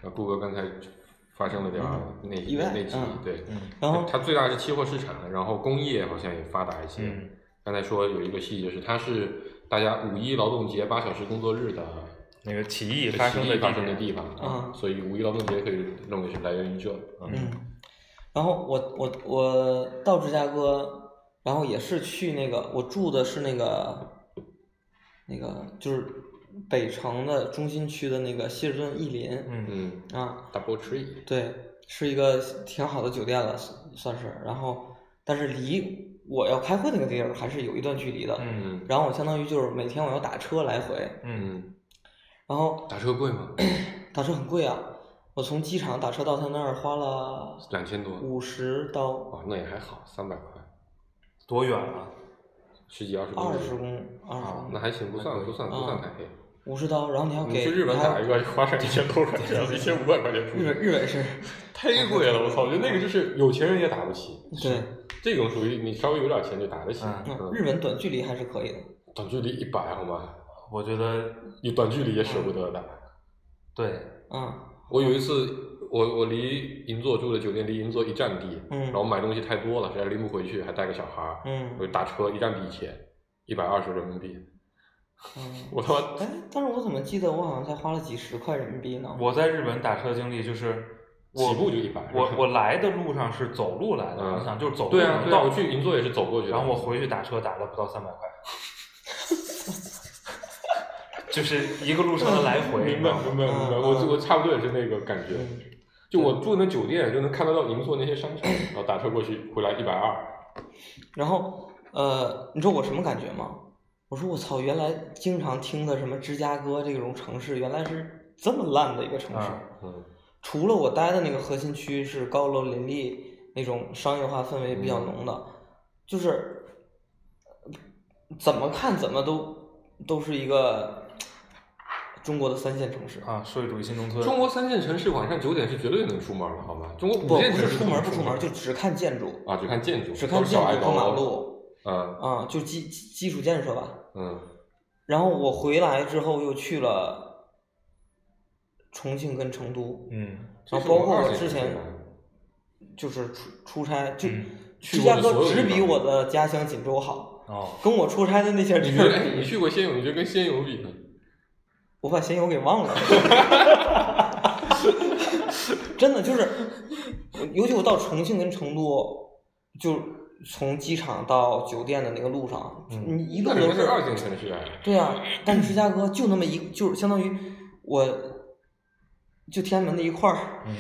D: 啊，顾哥刚才发生了点儿内
B: 意外
D: 内急
B: 嗯，
D: 对，
C: 嗯
B: 然后
D: 它最大是期货市场，然后工业好像也发达一些。
C: 嗯。
D: 刚才说有一个细节是，它是大家五一劳动节八小时工作日的
C: 那个起义
D: 起
C: 发生的
D: 义
C: 地
D: 发生的
C: 点
D: 地方啊
B: 嗯
D: 所以五一劳动节可以认为是来源于这。
B: 嗯，然后我我我到芝加哥，然后也是去那个我住的是那个那个就是北城的中心区的那个希尔顿逸林，
C: 嗯
D: 嗯
B: 啊，
D: ，Double Tree，
B: 对，是一个挺好的酒店了，算算是。然后，但是离我要开会那个地儿还是有一段距离的。
C: 嗯
D: 嗯
B: 然后我相当于就是每天我要打车来回，
C: 嗯
D: 嗯，
B: 然后
D: 打车贵吗？
B: 打车很贵啊，我从机场打车到他那儿花了
D: 两千多，
B: 五十到
D: 哇，那也还好，三百块，
C: 多远啊？
D: 十几二十公
B: 二
D: 里，
B: 十公二十
D: 啊
B: 公
D: 那还行，不算不算不算
B: 嗯
D: 太黑。
B: 五十刀，然后你还要
D: 你
B: 给
D: 去日本
B: 你还
D: 打一个花上一千多块钱，一千五百块钱出
B: 日本
D: 去，
B: 日本 是
D: 太贵了，我操！我觉得那个就是有钱人也打不起。
B: 对，
D: 这种属于你稍微有点钱就打得起。
C: 嗯
B: 嗯日本短距离还是可以的。
D: 短距离一百好吗？
C: 我觉得
D: 你短距离也舍不得打。
C: 对，
B: 啊，
D: 我有一次，我我离银座住的酒店离银座一站地，
B: 嗯
D: 然后买东西太多了，实在拎不回去，还带个小孩儿，
B: 嗯
D: 我就打车一站地铁，一百二十人民币，
B: 嗯，
D: 我 他妈
B: 哎，但是我怎么记得我好像才花了几十块人民币呢？
C: 我在日本打车经历就是我
D: 起步就一百。
C: 我我来的路上是走路来的，
D: 嗯
C: 你想就是走路
D: 对啊
C: 能
D: 对啊，
C: 到
D: 我去银座也是走过去的。
C: 然后我回去打车打了不到三百块， 就是一个路上的来回。
D: 明白明白明白，
B: 嗯
D: 我
B: 嗯
D: 我差不多也是那个感觉。就我住那酒店，就能看得到银座那些商场，然后打车过去，回来一百二，
B: 然后呃，你知道我什么感觉吗？我说我操，原来经常听的什么芝加哥这种城市，原来是这么烂的一个城市。
C: 啊
D: 嗯
B: 除了我待的那个核心区是高楼林立，那种商业化氛围比较浓的，就是呃怎么看怎么都都是一个中国的三线城市。
C: 啊，社会主义新农村。
D: 中国三线城市晚上九点是绝对能出门的，好吗？中国
B: 不
D: 五
B: 不
D: 线城
B: 是
D: 市
B: 出门不
D: 出
B: 出门，就只看建筑，
D: 啊，只看建筑，
B: 只看
D: 都是小
B: 建
D: 矮
B: 筑和
D: 楼
B: 马。路
D: 嗯
B: 啊、就基基基础建设吧。
D: 嗯，
B: 然后我回来之后又去了重庆跟成都，
C: 嗯
B: 然后
D: 这是
B: 包
D: 我
B: 括
D: 二
B: 我
D: 线
B: 之
D: 城市
B: 前
D: 吧
B: 就是出出差，就
C: 嗯
D: 去
B: 芝
D: 过
B: 加
D: 的所
B: 哥
D: 有
B: 只
D: 地
B: 比
D: 方嗯
B: 我的家乡锦州好，
C: 哦，
B: 跟我出差的那些
D: 你
B: 地
D: 觉得
B: 儿
D: 哎你
B: 比，
D: 去过仙游，你觉得跟仙游比呢？
B: 我把仙游给忘了。 真的就是，我尤其我到重庆跟成都，就从机场到酒店的那个路上，
C: 嗯
B: 你一路
D: 那
B: 都
D: 人家是二线城市啊。
B: 对啊，但是芝加哥就那么一，就是相当于我，就天安门那一块儿
C: 嗯，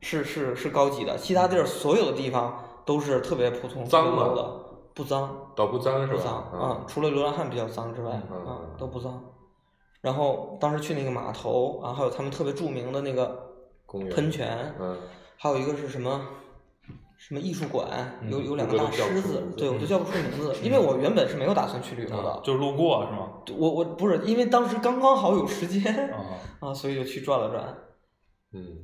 B: 是是是高级的，其他地儿所有的地方都是特别普通
D: 嗯脏
B: 简
D: 吗
B: 陋的，不脏
D: 倒不脏是
B: 不
D: 吧？
B: 脏啊，除了流浪汉比较脏之外，啊
D: 嗯
B: 都不脏。然后当时去那个码头啊，还有他们特别著名的那个
D: 公园
B: 喷泉，
D: 嗯，
B: 还有一个是什么？什么艺术馆
C: 嗯
B: 有有两个
D: 我都
B: 大
D: 叫不
B: 狮
D: 出
B: 子
D: 名，字嗯啊
B: 对我都叫不出名字，因为我原本是没有打算去旅游的，
C: 就路过是吗？
B: 我我不是因为当时刚刚好有时间
D: 哦
C: 啊，
B: 啊，所以就去转了转。
D: 嗯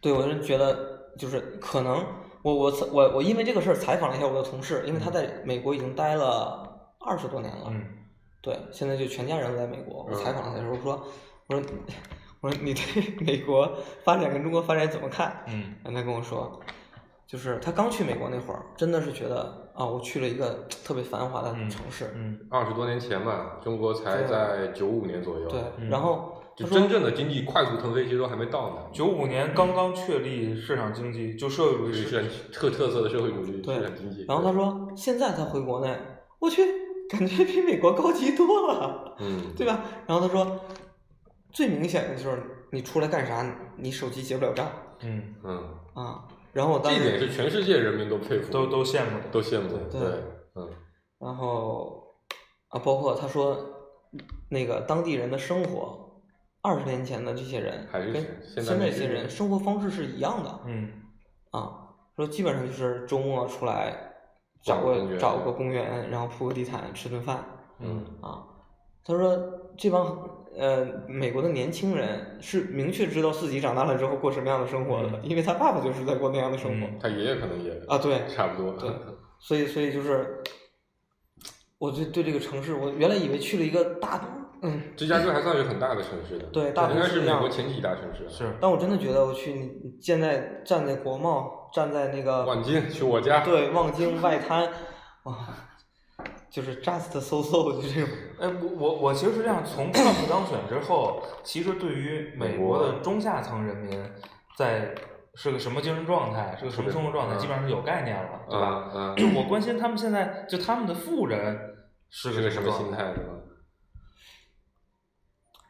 B: 对我是觉得就是可能我我我我因为这个事儿采访了一下我的同事，因
D: 嗯
B: 为他在美国已经待了二十多年了，
C: 嗯，
B: 对，现在就全家人都在美国。我
D: 嗯
B: 采访了他，我说我说我说你对 美国发展跟中国发展怎么看？
C: 嗯，
B: 然后他跟我说。就是他刚去美国那会儿，真的是觉得啊，我去了一个特别繁华的
C: 嗯
B: 城市，
C: 嗯，
D: 二十多年前吧，中国才在九五年左右。
B: 啊对，
C: 嗯
B: 然后
D: 就真正的经济快速腾飞，其实都还没到呢。
C: 九五年刚刚确立市场经济，就社会主义
D: 是
C: 市
D: 很特特色的社会主义
B: 对
D: 市场经济。
B: 然后他说，现在他回国内，我去，感觉比美国高级多了，
D: 嗯，
B: 对吧？然后他说，最明显的就是你出来干啥，你手机结不了账
C: 嗯，
D: 嗯，
B: 啊。然后我当
D: 这一点
B: 时，
D: 是全世界人民都佩服，
C: 都都羡慕的。
D: 都羡慕的。
B: 对
D: 对，嗯
B: 然后啊，包括他说，那个当地人的生活，二十年前的这些人
D: 还是
B: 跟
D: 现在
B: 现在
D: 没
B: 这些
D: 区别
B: 人生活方式是一样的，
C: 嗯
B: 啊，说基本上就是周末出来找
D: 找个公
B: 个
D: 园
B: 找个公园，然后铺个地毯吃顿饭
C: 嗯
B: 啊。他说这帮呃美国的年轻人是明确知道自己长大了之后过什么样的生活的，
C: 嗯
B: 因为他爸爸就是在过那样的生活、
C: 嗯
D: 他爷爷可能也
B: 啊。对，
D: 差不多。
B: 对所以所以就是我对对这个城市，我原来以为去了一个大都，嗯，
D: 芝加哥还算是很大的城市的，
B: 对大
D: 应该
B: 都
D: 是
B: 市
D: 美国
B: 量
D: 前几大城市。
C: 是
B: 但我真的觉得我去，你现在站在国贸，站在那个
D: 晚金去我家，
B: 对，望京外滩，哇，就是 just so so 就这种，
C: 哎，我我我其实是这样，从特朗普当选之后，其实对于美国的中下层人民，在是个什么精神状态，是个什么生活状态，
D: 嗯
C: 基本上是有概念了，对吧？
D: 嗯嗯，
C: 就 我关心他们现在，就他们的富人是
D: 是
C: 个
D: 个什么
C: 么
D: 心
C: 态，
D: 态是吧？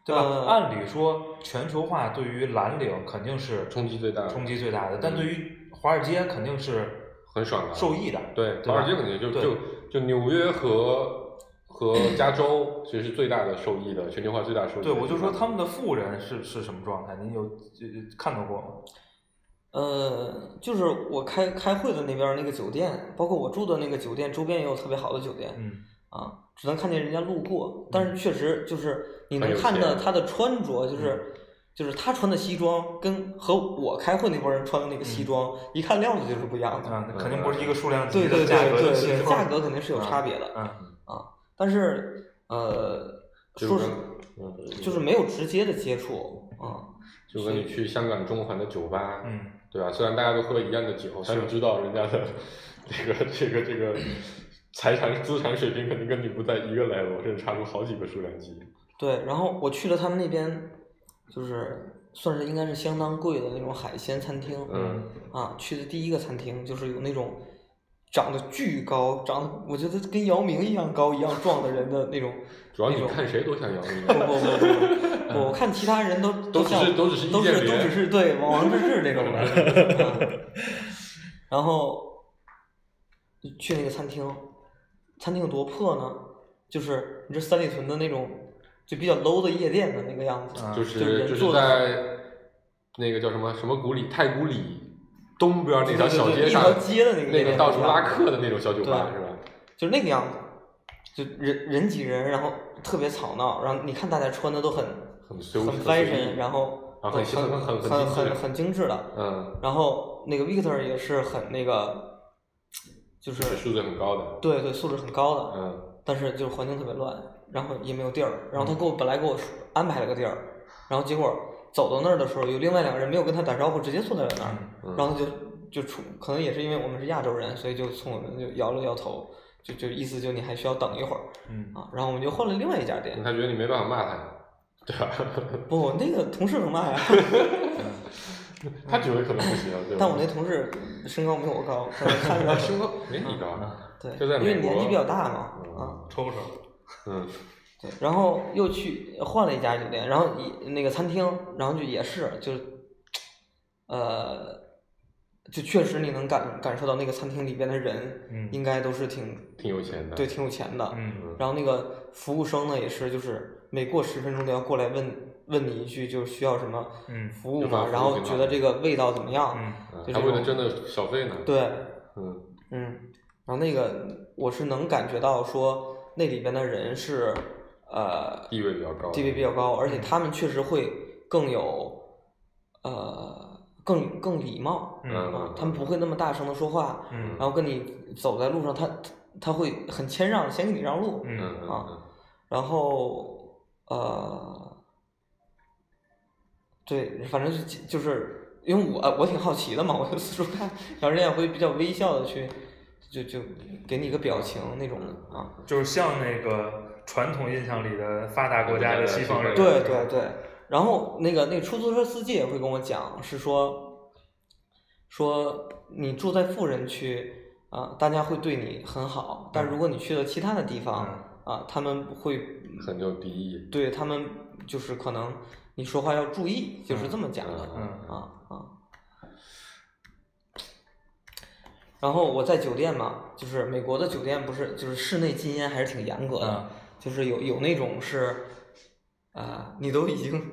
C: 对吧？
B: 呃
C: 按理说，全球化对于蓝领肯定是
D: 冲击最大的嗯
C: 冲击最大的，但对于华尔街肯定是
D: 很爽的
C: 受益的。
D: 对，
C: 对
D: 华尔
C: 吧
D: 街肯定就
C: 对
D: 就就纽约和和加州其实是最大的受益的，全球化最大受益的地
C: 对，
D: 方。
C: 我就说他们的富人是是什么状态？你有呃看到过吗？
B: 呃，就是我开开会的那边儿那个酒店，包括我住的那个酒店周边也有特别好的酒店
C: 嗯
B: 啊，只能看见人家路过，但是确实就是你
D: 很
B: 能
D: 有
B: 看到
D: 钱
B: 他的穿着，
C: 嗯
B: 就是就是他穿的西装跟和我开会那波人穿的那个西
C: 嗯
B: 装，一看料子就是不一样的。
C: 啊，那肯定不是一个数量级
B: 对对对
C: 的价格
B: 对
C: 的
B: 对，
C: 是吧
B: 价格肯定是有差别的。啊
C: 嗯
B: 但是呃，
D: 就
B: 说
D: 是
B: 是
D: 跟嗯
B: 就是没有直接的接触啊。
D: 就跟你去香港中环的酒吧，
C: 嗯，
D: 对吧？虽然大家都喝一样的酒，但你知道人家的这个这个这个财产资产水平肯定跟你不在一个 level，甚至差出好几个数量级。
B: 对，然后我去了他们那边，就是算是应该是相当贵的那种海鲜餐厅、
D: 嗯
B: 啊。去的第一个餐厅就是有那种长得巨高，长得我觉得跟姚明一样高一样壮的人的那种。
D: 主要
B: 那
D: 你
B: 种
D: 看谁都像姚明
B: 不不不不不，我看其他人都
D: 都只
B: 像
D: 是都只是意
B: 都
D: 见
B: 是都
D: 别
B: 只是对王王治郅那种的。啊 然后去那个餐厅，餐厅有多破呢？就是你这三里屯的那种，就比较 low 的夜店的那个样子。
C: 啊
D: 就
B: 就是人
D: 就是
B: 坐的
D: 在那个叫什么什么古里太古里东边那
B: 对
D: 条
B: 对
D: 小
B: 对
D: 街
B: 一
D: 上，
B: 条街的那个
D: 那
B: 那
D: 个
B: 个
D: 到处
B: 地
D: 拉
B: 方
D: 客的那种小酒吧
B: 对
D: 是吧？
B: 就是那个样子，就人人挤人，然后特别吵闹，然后你看大家穿的都很
D: 很随
B: 很
D: 很随
B: fashion，
D: 意
B: 然后
D: 啊
B: 都
D: 很
B: 很
D: 很
B: 很
D: 很很精致
B: 很很精致的，
D: 嗯，
B: 然后那个 Victor 也是很那个，就是
D: 是素质很高的，
B: 对对素质很高的，
D: 嗯，
B: 但是就是环境特别乱，然后也没有地儿，然后他给我本来给我说安排了个地儿，然后结果走到那儿的时候，有另外两个人没有跟他打招呼，直接坐在了那儿，
D: 嗯
B: 然后他就就出，可能也是因为我们是亚洲人，所以就冲我们就摇了摇头，就就意思就你还需要等一会儿
C: 嗯
B: 啊，然后我们就换了另外一家店，
D: 他觉得你没办法骂他，对吧？
B: 不，那个同事啊能骂呀，
D: 他觉得可能不行，对吧？
B: 但我那同事身高没有我高，可能 看着
D: 啊身高没你高，
B: 对，
D: 就在
B: 因为
D: 美国
B: 年纪比较大嘛，啊。
C: 抽抽，
D: 嗯
B: 对，然后又去换了一家酒店，然后一那个餐厅，然后就也是就是，呃，就确实你能感感受到那个餐厅里边的人
C: 嗯
B: 应该都是挺
D: 挺有钱的，
B: 对挺有钱的，
C: 嗯
B: 然后那个服务生呢也是就是每过十分钟都要过来问问你一句就需要什么
C: 嗯
B: 服务
D: 就把
B: 嘛，
D: 服务
B: 然后
D: 给
B: 觉
D: 拿
B: 得
D: 来
B: 这个味道怎么样，
C: 嗯
D: 嗯，
B: 就
D: 还
B: 这
D: 为了
B: 种
D: 真的小费呢，
B: 对，
D: 嗯
B: 嗯，然后那个我是能感觉到说那里边的人是呃
D: 地位比较高，
B: 地位比较高，而
C: 嗯
B: 且他们确实会更有，呃，更更礼貌，
C: 嗯
B: 啊，他们不会那么大声的说话，
C: 嗯
B: 然后跟你走在路上，他他会很谦让，先给你让路，
D: 嗯
C: 嗯
D: 嗯
B: 啊
D: 嗯
B: 然后呃，对，反正就就是因为我我挺好奇的嘛，我就四 处看，然后人家也会比较微笑的去，就就给你一个表情那种的啊，
C: 就是像那个传统印象里的发达国家的西方人，
B: 对对对，然后那个那个出租车司机也会跟我讲，是说说你住在富人区啊、大家会对你很好，但如果你去了其他的地
C: 嗯
B: 方啊、他们会
D: 嗯很有敌意。
B: 对他们就是可能你说话要注意，就是这么讲的。
C: 嗯
B: 啊啊。然后我在酒店嘛，就是美国的酒店不是就是室内禁烟还是挺严格的，
C: 嗯
B: 就是有有那种是啊、你都已经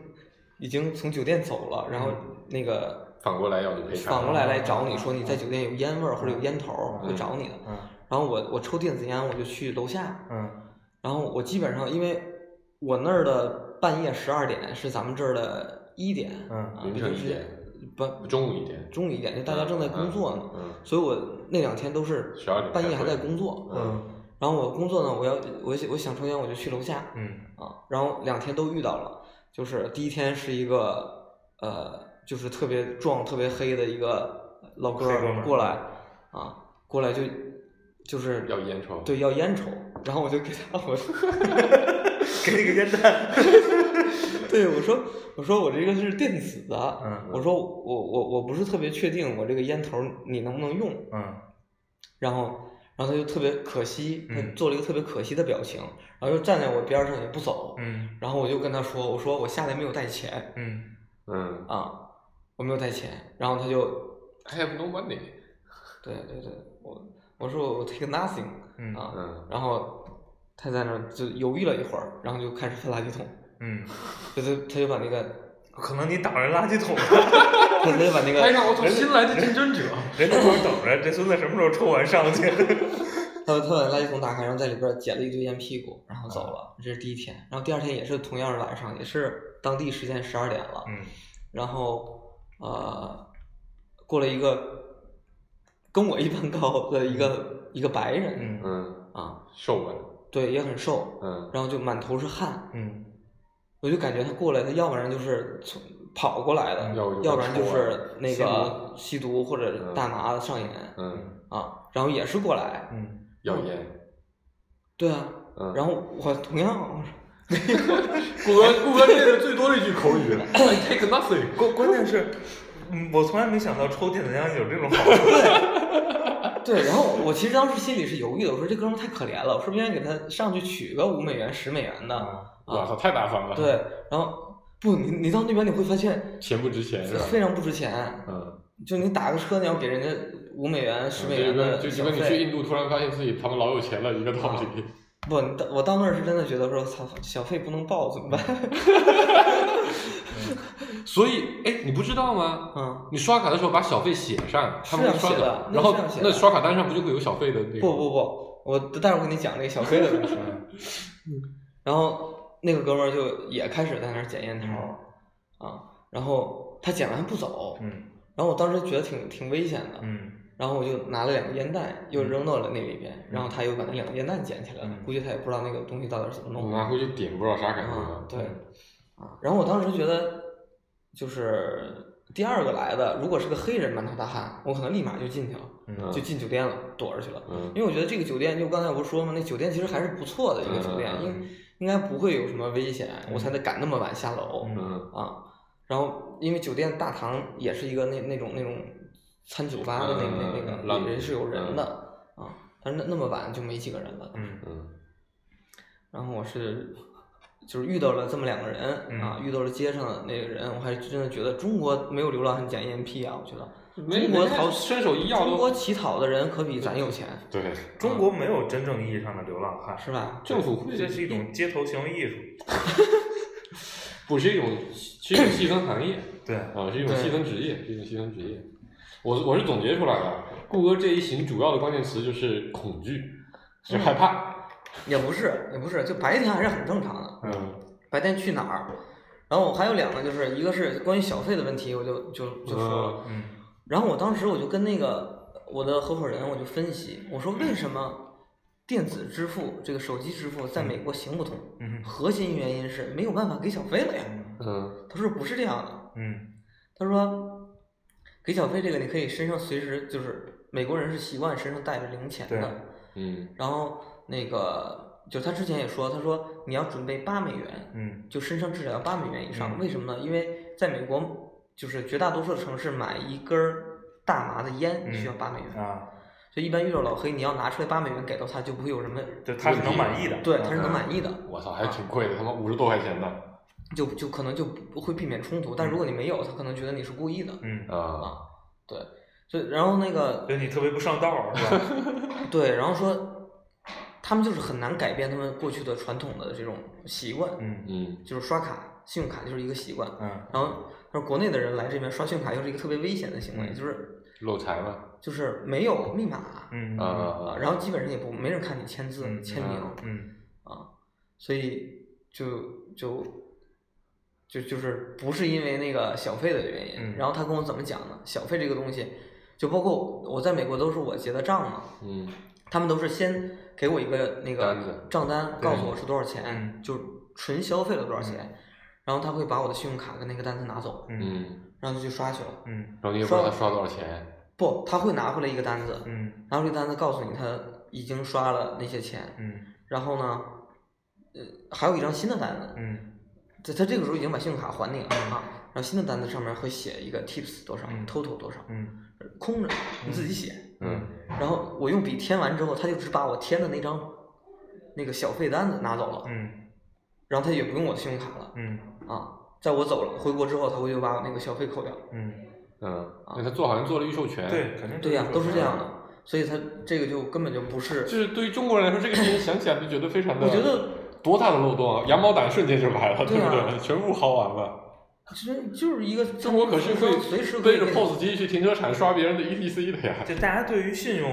B: 已经从酒店走了，然后
C: 嗯
B: 那个
D: 反过来要你赔偿，
B: 反过来来找你说你在酒店有烟味儿或者有烟头儿
C: 嗯
B: 会找你的。
C: 嗯
B: 然后我我抽电子烟我就去楼下，
C: 嗯
B: 然后我基本上因为我那儿的半夜十二点是咱们这儿的一点，
C: 嗯
B: 啊
D: 凌晨一点，
B: 不
D: 中午一点，
B: 中午一点，就大家正在工作呢，
D: 嗯，
B: 所以我那两天都是
D: 12点
B: 半夜
D: 开
B: 还
D: 会
B: 在工作。
C: 嗯
B: 然后我工作呢，我要我我想抽烟，我就去楼下
C: 嗯
B: 啊。然后两天都遇到了，就是第一天是一个呃，就是特别壮、特别黑的一个老哥
C: 黑哥们
B: 儿
C: 儿
B: 过来啊，过来就就是
D: 要烟抽，，
B: 对要烟抽，然后我就给他我。
C: 给你个烟弹。
B: 对，我说我说我这个是电子的，
C: 嗯
B: 我说我我我不是特别确定我这个烟头你能不能用，
C: 嗯
B: 然后然后他就特别可惜，他
C: 嗯
B: 做了一个特别可惜的表情，然后就站在我边儿上也不走，
C: 嗯
B: 然后我就跟他说，我说我下来没有带钱
C: 嗯，
D: 嗯
B: 啊，我没有带钱，然后他就
D: ，I have no money，
B: 对对对，我我说我 take nothing
C: 嗯
B: 啊，
D: 嗯，
B: 然后他在那儿就犹豫了一会儿，然后就开始翻垃圾桶，
C: 嗯，
B: 就他他就把那个
C: 可能你打人垃圾桶了，
B: 他他就把那个
D: 爱上我从新来的竞争者，
C: 人家会等着这孙子什么时候抽完上去。
B: 他他把垃圾桶打开，然后在里边捡了一堆烟屁股，然后走了。这是第一天，然后第二天也是同样是晚上，也是当地时间十二点了。
C: 嗯
B: 然后呃，过了一个跟我一般高的一个一个白人
C: 嗯
D: 嗯，
B: 啊，
D: 瘦文，
B: 对，也很瘦，
D: 嗯
B: 然后就满头是汗，
C: 嗯
B: 我就感觉他过来，他要不然就是从跑过来的，
D: 嗯要不就
B: 要不然就
D: 抽完
B: 是那个吸毒或者大麻的上瘾
D: 嗯，
B: 啊，然后也是过来，
C: 嗯，
D: 要烟，
B: 对啊，
D: 嗯，
B: 然后我同样 我说。
D: 谷歌谷歌练的最多的一句口语，I take nothing，
C: 关关键是，嗯我从来没想到抽电子烟有这种好 处。
B: 对，然后我其实当时心里是犹豫的，我说这哥们儿太可怜了，我说不应该给他上去取个五美元、十美元
D: 嗯
B: 的。
D: 哇操，太大方了，，
B: 对，然后不，你你到那边你会发现
D: 钱不值钱是吧？啊
B: 非常不值钱，
D: 嗯，
B: 就你打个车你要给人家五美元、十美
D: 就
B: 元
D: 跟
B: 的
D: 就就
B: 小
D: 跟你去
B: 费。啊
D: 印度突然发现自己他们老有钱了一个道理，
B: 不，你到我到那儿是真的觉得说，操，小费不能报怎么办？
D: 所以哎，你不知道吗？
B: 嗯，
D: 你刷卡的时候把小费写上，他们
B: 是
D: 刷
B: 要写的
D: 卡
B: 那
D: 然后
B: 是要写的
D: 那刷卡单上不就会有小费的那个？
B: 不不不，我待会儿跟 你讲那个小费的问题。然后那个哥们儿就也开始在那儿捡烟头儿啊，然后他捡完不走，
C: 嗯
B: 然后我当时觉得挺挺危险的，
C: 嗯
B: 然后我就拿了两个烟弹，
D: 嗯
B: 又扔到了那里边，然后他又把那两个烟弹捡起来了，
C: 嗯
B: 估计他也不知道那个东西到底是怎么弄
D: 我
B: 的。
D: 拿回去点不知道啥感觉
B: 啊
D: 啊，，
B: 对，啊，然后我当时觉得，就是第二个来的，如果是个黑人满头大汗，我可能立马就进去了，
C: 嗯
B: 就进酒店了，躲着去了。
D: 嗯
B: 因为我觉得这个酒店，就刚才我不是说嘛，那酒店其实还是不错的一个酒店，
D: 嗯嗯
B: 应应该不会有什么危险，我才得赶那么晚下楼。
D: 嗯
B: 啊，然后因为酒店大堂也是一个那那种那种餐酒吧的那、
D: 嗯
B: 那
D: 嗯
B: 那个
D: 嗯
B: 里人是有人的、啊，但是那那么晚就没几个人了。
C: 嗯
D: 嗯
B: 然后我是就是遇到了这么两个人、
C: 嗯
B: 啊，遇到了街上的那个人，我还真的觉得中国没有流浪汉捡烟屁啊，我觉得
D: 没
B: 中国
D: 人家
B: 逃
D: 伸手一要
B: 中国
D: 都
B: 乞讨的人可比咱有钱
D: 对，
C: 中国没有真正意义上的流浪汉，
B: 是吧？
D: 政府会
C: 这是一种街头行为艺术。
D: 不是一种是一种细分行业
C: 对，
D: 啊，是一种细分职业，是一种细分职业。我我是总结出来的，顾哥这一行主要的关键词就是恐惧，是害怕，
B: 也不是也不是，就白天还是很正常的。
D: 嗯
B: 白天去哪儿？然后我还有两个，就是一个是关于小费的问题，我就就就说了。
C: 嗯
B: 然后我当时我就跟那个我的合伙人，我就分析，我说为什么电子支付这个手机支付在美国行不通？
C: 嗯
B: 核心原因是没有办法给小费了呀。
D: 嗯
B: 他说不是这样的，
C: 嗯
B: 他说给小费这个你可以身上随时就是美国人是习惯身上带着零钱
C: 对
B: 的，
D: 嗯
B: 然后那个就他之前也说，他说你要准备八美元，
C: 嗯
B: 就身上至少要八美元以上。
C: 嗯
B: 为什么呢？因为在美国，就是绝大多数的城市买一根儿大麻的烟
C: 嗯
B: 需要八美元，
C: 啊，
B: 所以一般遇到老黑，你要拿出来八美元给到他，就不会有什么，
C: 对，嗯他是能满意的，
B: 对，他是能满意的，
D: 我操，还挺贵的，他妈五十多块钱呢。
B: 就就可能就不会避免冲突。但如果你没有，他可能觉得你是故意的。
C: 嗯，
D: 啊，
B: 啊，对，所以然后那个
C: 觉得你特别不上道儿 是吧？
B: 对，然后说他们就是很难改变他们过去的传统的这种习惯，
C: 嗯
D: 嗯，
B: 就是刷卡，信用卡就是一个习惯。
C: 嗯
B: 然后他说国内的人来这边刷信用卡又是一个特别危险的行为，
C: 嗯
B: 就是
D: 漏财嘛。
B: 就是没有密码，
C: 嗯
D: 啊
B: 啊，，然后基本上也不没人看你签字、
C: 嗯
B: 签名
C: 嗯
B: 啊，所以就就。就就是不是因为那个小费的原因，
C: 嗯
B: 然后他跟我怎么讲呢？小费这个东西，就包括我在美国都是我结的账嘛，
D: 嗯
B: 他们都是先给我一个那
D: 单子
B: 个账单，告诉我是多少钱
C: 嗯，
B: 就是纯消费了多少钱，然后他会把我的信用卡跟那个单子拿走，
C: 嗯
D: 嗯，
B: 然后就去刷去了。
C: 嗯
D: 然后你也不知道他刷多少钱。
B: 不，他会拿回来一个单子，
C: 嗯
B: 拿回来单子告诉你他已经刷了那些钱，
C: 嗯
B: 然后呢，呃，还有一张新的单子，
C: 嗯
B: 他他这个时候已经把信用卡还你了啊，然后新的单子上面会写一个 tips 多少
C: 嗯
B: ，total 多少，
C: 嗯
B: 空着你自己写。
D: 嗯
B: 然后我用笔填完之后，他就只把我填的那张那个小费单子拿走了，
C: 嗯
B: 然后他也不用我的信用卡了
C: 嗯
B: 啊。在我走了回国之后，他会就把我那个小费扣掉。
C: 嗯，
D: 嗯，那他做好像做了预授权。
C: 对，肯定
B: 哎对呀、都是这样
C: 的。
B: 的，所以他这个就根本就不是
D: 就。是对于中国人来说，这个事情想起来就觉得非常的，
B: 我觉得
D: 多大的漏洞啊！羊毛掸瞬间就来了，对
B: 对啊
D: 不对？全部薅完了。
B: 其实就是一个
D: 中国可是会
B: 随时可以
D: 背着
B: 给你
D: POS 机去停车场刷别人的 ETC 的呀，
C: 就大家对于信用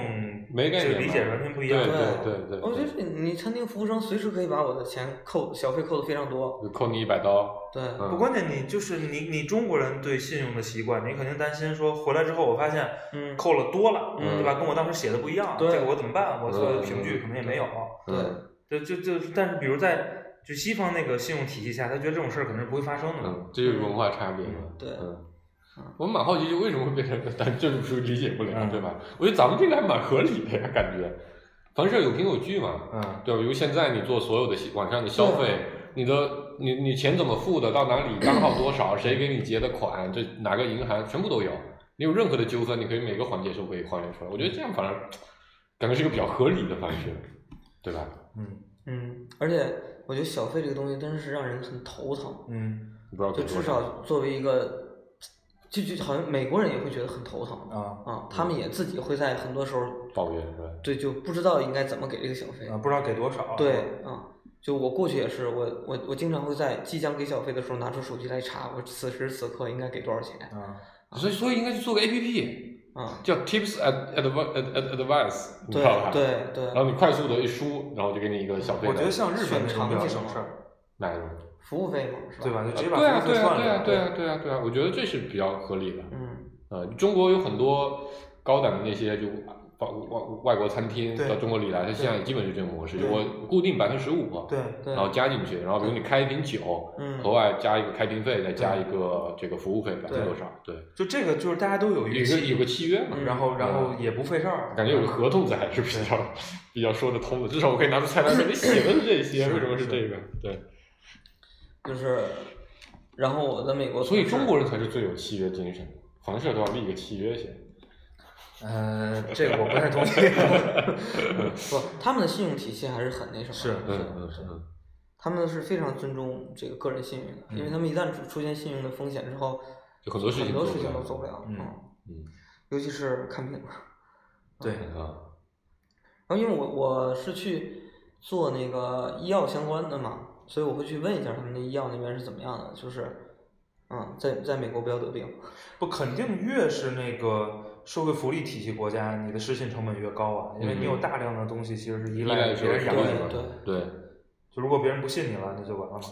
D: 没概
C: 这
D: 念
C: 个
D: 嘛。
C: 理解完全不一样。
D: 对
B: 对
D: 对对
B: 我觉
D: 对
B: 得是你餐厅服务生随时可以把我的钱扣小费扣的非常多。
D: 对，扣你一百刀。
B: 对，
D: 嗯
C: 不，关键你就是你，你中国人对信用的习惯，你肯定担心说回来之后，我发现
B: 嗯，
C: 扣了多了，
D: 嗯
C: 对吧？跟我当时写的不一样，
B: 对
C: 这个我怎么办？我做
D: 嗯
C: 凭据可能也没有。
B: 对
D: 嗯
C: 就就就，但是比如在就西方那个信用体系下，他觉得这种事儿肯定是不会发生的。
D: 嗯，这就是文化差别嘛。
B: 对
D: 嗯
B: 嗯。
D: 我蛮好奇，就为什么会变成，但这是理解不了，
C: 嗯
D: 对吧？我觉得咱们这个还蛮合理的呀，感觉，凡事有凭有据嘛，
C: 嗯
D: 对吧？比如现在你做所有的习晚上的消
B: 对
D: 费，你的你你钱怎么付的，到哪里账号多少，谁给你结的款，这哪个银行全部都有。你有任何的纠纷，你可以每个环节都可以还原出来。我觉得这样反而感觉是一个比较合理的方式，对吧？
C: 嗯
B: 嗯，而且我觉得小费这个东西真是让人很头疼，
C: 嗯
D: 你不知道
B: 就
D: 给多
B: 至
D: 少
B: 少作为一个，就就好像美国人也会觉得很头疼
C: 啊
B: 啊，他
D: 嗯
B: 们也自己会在很多时候
D: 抱怨是吧？
B: 对，就不知道应该怎么给这个小费。
C: 啊，不知道给多少。
B: 对，啊，就我过去也是，我我我经常会在即将给小费的时候拿出手机来查，我此时此刻应该给多少钱
C: 啊
D: 所以所以应该去做个 A P P，
B: 啊？
D: 叫 Tips at advi- at at advice，你知
B: 对
D: 道吧？。
B: 对对
D: 然，后你快速的一输，然后就给你一个小费的。
C: 我觉得像日本
B: 选
C: 那种
B: 场
C: 比较
B: 景
C: 省
B: 嘛
C: 事儿，
D: 哪一种？
B: 服务费嘛，是吧？
C: 对吧？？就直接把
D: 对啊
C: 服务
D: 对
C: 费
D: 啊
C: 算
D: 对
C: 里
D: 啊
C: 了。
D: 对啊对啊对啊！我觉得这是比较合理的。
B: 嗯，
D: 呃，中国有很多高档的那些就外外外国餐厅
C: 对
D: 到中国里来，它现在基本是这个模式，就
C: 对
D: 我固定百分之十五，
C: 对
B: 对
D: 然，后加进去，然后比如你开一瓶酒，
B: 嗯
D: 额外加一个开瓶费，再加一个这个服务费百分之多少，对，
C: 就这个就是大家都有
D: 有
C: 预
D: 个有
C: 期，
D: 个契约嘛，
B: 嗯
C: 然后然后也不费事儿，嗯
D: 感觉有个合同在还是比较比较说得通的，至少我可以拿出菜单说你写的是这些，
C: 是
D: 为什么是
C: 是
D: 这个？对，
B: 就是，然后我在美国同事，
D: 所以中国人才是最有契约精神的，凡事都要立个契约先。
C: 嗯，这个我不太同意。
B: 不，他们的信用体系还是很那什么的，
C: 是
D: 嗯嗯嗯，
B: 他们是非常尊重这个个人信用的，因为他们一旦出出现信用的风险之后，
D: 就嗯很多事情
B: 很多
D: 做
B: 事
D: 不
B: 情
D: 了
B: 都做不了，
C: 嗯
D: 嗯
B: 尤其是看病。
C: 对，
D: 啊
B: 然后因为我我是去做那个医药相关的嘛，所以我会去问一下他们的医药那边是怎么样的，就是，嗯，在在美国不要得病，
C: 不，肯定越是那个社会福利体系国家，你的失信成本越高啊，因为你有
D: 嗯
C: 大量的东西其实是依
D: 依
C: 赖
D: 赖
C: 别人
D: 养
C: 养
B: 对
C: 你
D: 对
C: 的。
D: 对，
C: 就如果别人不信你了，那就完了嘛。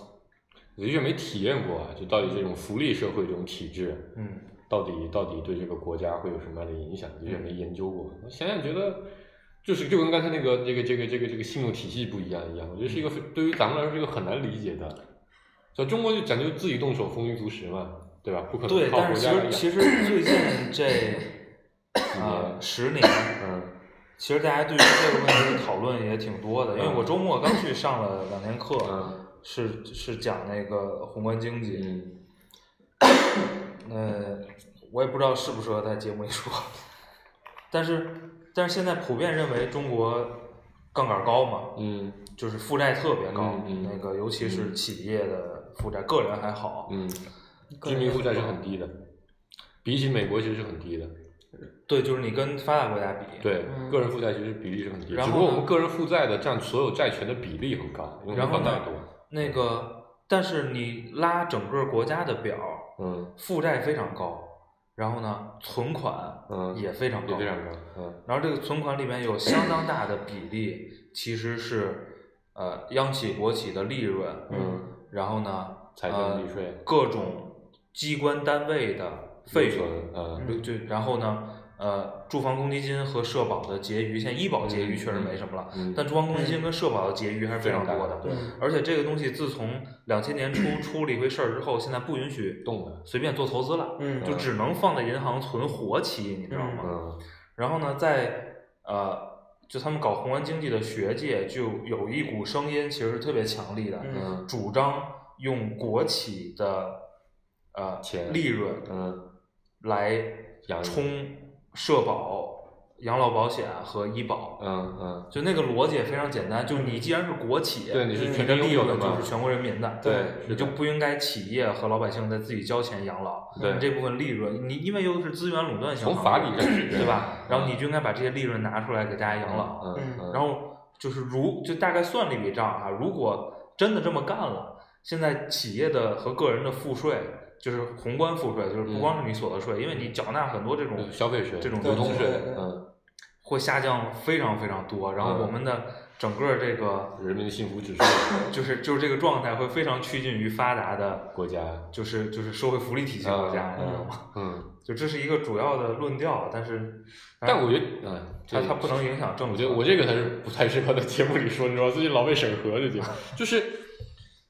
D: 的确没体验过啊，就到底这种福利社会这种体制，
C: 嗯，
D: 到底到底对这个国家会有什么样的影响，的确
C: 嗯
D: 没研究过。我想想觉得，就是就跟刚才那个这个这个这个这个信用体系不一样一样，我觉得是一个非
C: 嗯
D: 对于咱们来说是一个很难理解的。像中国就讲究自己动手，丰衣足食嘛，对吧？不可能
C: 对，
D: 靠
C: 但
D: 国
C: 是
D: 家来
C: 其实
D: 养。
C: 其实最近这
D: 年
C: 啊、十年，
D: 嗯
C: 其实大家对于这个问题讨论也挺多的，因为我周末刚去上了两天课，
D: 嗯
C: 是是讲那个宏观经济，
D: 嗯，
C: 呃，我也不知道适不适合在节目里说，但是但是现在普遍认为中国杠杆高嘛，
D: 嗯
C: 就是负债特别高，
D: 嗯嗯
C: 那个尤其是企业的负债，个人还好，
D: 嗯，居民负债是很低的，比起美国其实是很低的。
C: 对，就是你跟发达国家比，
D: 对，
B: 嗯
D: 个人负债其实比例是很低，
C: 然
D: 只
C: 后
D: 不过我
C: 呢
D: 们个人负债的占所有债权的比例很高，因为
C: 然后
D: 放太
C: 呢
D: 多。
C: 那个但是你拉整个国家的表，
D: 嗯
C: 负债非常高，然后呢，存款
D: 嗯，
C: 也非常高，
D: 也非常高。嗯
C: 然后这个存款里面有相当大的比例其实是呃央企国企的利润，
D: 嗯，
C: 然后呢，
D: 财
C: 呃
D: 政地税
C: 各种机关单位的费
D: 留
C: 用，
D: 存嗯
C: 对对，然后呢，呃，住房公积金和社保的结余，现在医保结余确实没什么了，
D: 嗯，
C: 但住房公积金跟社保的结余还是非常多的。
D: 对
B: 嗯
C: 而且这个东西自从两千年初出了一回事儿之后，现在不允许
D: 动的。
C: 随便做投资了，
B: 嗯
C: 就只能放在银行存活期，你知道吗？
D: 嗯
C: 然后呢，在呃，就他们搞宏观经济的学界，就有一股声音其实是特别强力的，
D: 嗯
C: 主张用国企的呃
D: 钱
C: 利润
D: 嗯
C: 来
D: 养
C: 充社保、养老保险和医保。
D: 嗯嗯，
C: 就那个逻辑也非常简单，就你既然是国企，
D: 对，你是
B: 嗯
D: 全
C: 你
D: 民
C: 的
D: 拥
C: 利
D: 有的
C: 润就
D: 嘛
C: 是？全国人民的，
D: 对是
C: 你
D: 的
C: 就不应该企业和老百姓在自己交钱养老，
D: 对
C: 你嗯这部分利润，你因为又是资源垄断型行业，
D: 从法理上是这样
C: 对吧？然后你就应该把这些利润拿出来给大家养老，
D: 嗯嗯，
C: 然后就是如就大概算了一笔账啊，如果真的这么干了，现在企业的和个人的赋税就是宏观赋税，就是不光是你所得税，因为你缴纳很多这种
D: 嗯消费税、
C: 这种
D: 流通
C: 东西
D: 税
B: 对对对，
D: 嗯，
C: 会下降非常非常多，然后我们的整个这个
D: 人民幸福指数
C: 就是就是这个状态会非常趋近于发达的，
D: 国家，
C: 就是就是社会福利体系国家，你知道吗？
D: 嗯，
C: 就这是一个主要的论调，但是哎
D: 但我觉得，嗯，
C: 它
D: 这
C: 它不能影响政策。
D: 我觉得我这个才是不太适合在节目里说，你知道吗？最近老被审核这节目，就是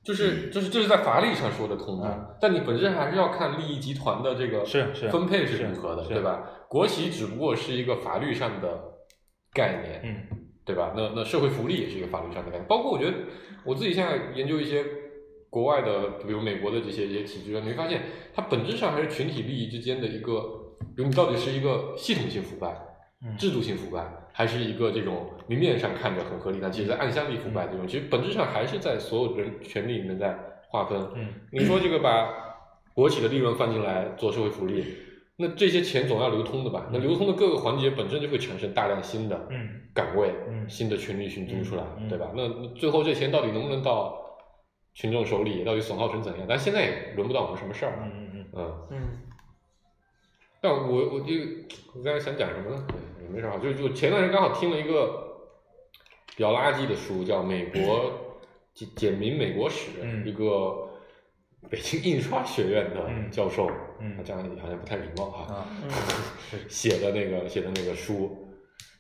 D: 就是就是这是在法理上说得通的，但你本质上还是要看利益集团的这个
C: 嗯是是
D: 分配是如何的，
C: 是是
D: 对吧？国企只不过是一个法律上的概念，
C: 嗯
D: 对吧？那那社会福利也是一个法律上的概念，包括我觉得我自己现在研究一些国外的，比如美国的这些一些体制，你会发现它本质上还是群体利益之间的一个，比如你到底是一个系统性腐败、
C: 嗯
D: 制度性腐败，还是一个这种明面上看着很合理，但其实在暗箱里腐败这
C: 嗯
D: 种，其实本质上还是在所有人权利里面在划分。
C: 嗯
D: 你说这个把国企的利润放进来做社会福利，那这些钱总要流通的吧？那流通的各个环节本身就会产生大量新的
C: 嗯
D: 岗位、
C: 嗯
D: 新的群力寻租出来，
C: 嗯嗯
D: 对吧？那那最后这钱到底能不能到群众手里，到底损耗成怎样？但现在也轮不到我们什么事儿
C: 嗯
D: 啊，
C: 嗯嗯，
D: 嗯。
B: 嗯
D: 但我我就我刚才想讲什么呢？对也没啥好，就就前段时间刚好听了一个比较垃圾的书，叫《美国简简明美国史》，
C: 嗯
D: 一个北京印刷学院的
C: 嗯
D: 教授，
C: 嗯
D: 这样好像不太礼貌哈、
C: 啊
B: 嗯
D: 写的那个写的那个书，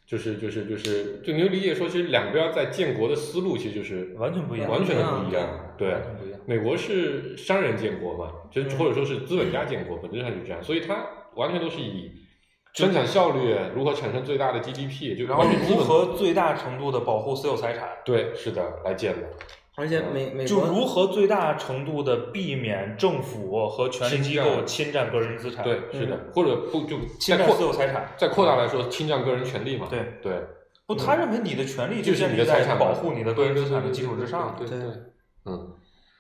D: 就是就是就是，就你就理解说，其实两边在建国的思路其实就是
C: 完全不一样，
D: 完全的
B: 不
D: 不
B: 一
D: 一
B: 样
D: 样。对
C: 完，全不一样。
D: 美国是商人建国嘛，就是
B: 嗯
D: 或者说是资本家建国，本质上就是这样，所以它完全都是以生产效率啊如何产生最大的 GDP，就
C: 然后
D: 完全资
C: 如
D: 本
C: 何最大程度的保护私有财产？
D: 对，是的，来建的。
B: 而且美美
C: 呃就
B: 国
C: 如何最大程度的避免政府和权力机构侵占个人资产，
D: 对，是的，或者不就
C: 啊嗯侵
D: 再
C: 占私有
D: 扩
C: 财产。
D: 再扩大来说，侵占个人权利嘛。
C: 对
D: 对，
C: 不，他认为你的权利
D: 就
C: 建
D: 是
C: 立
D: 你的财
C: 在
D: 产
C: 保护你的个
D: 对
C: 人
D: 对
C: 资产的
D: 对
C: 基础之上。
D: 对
B: 对
D: 对，嗯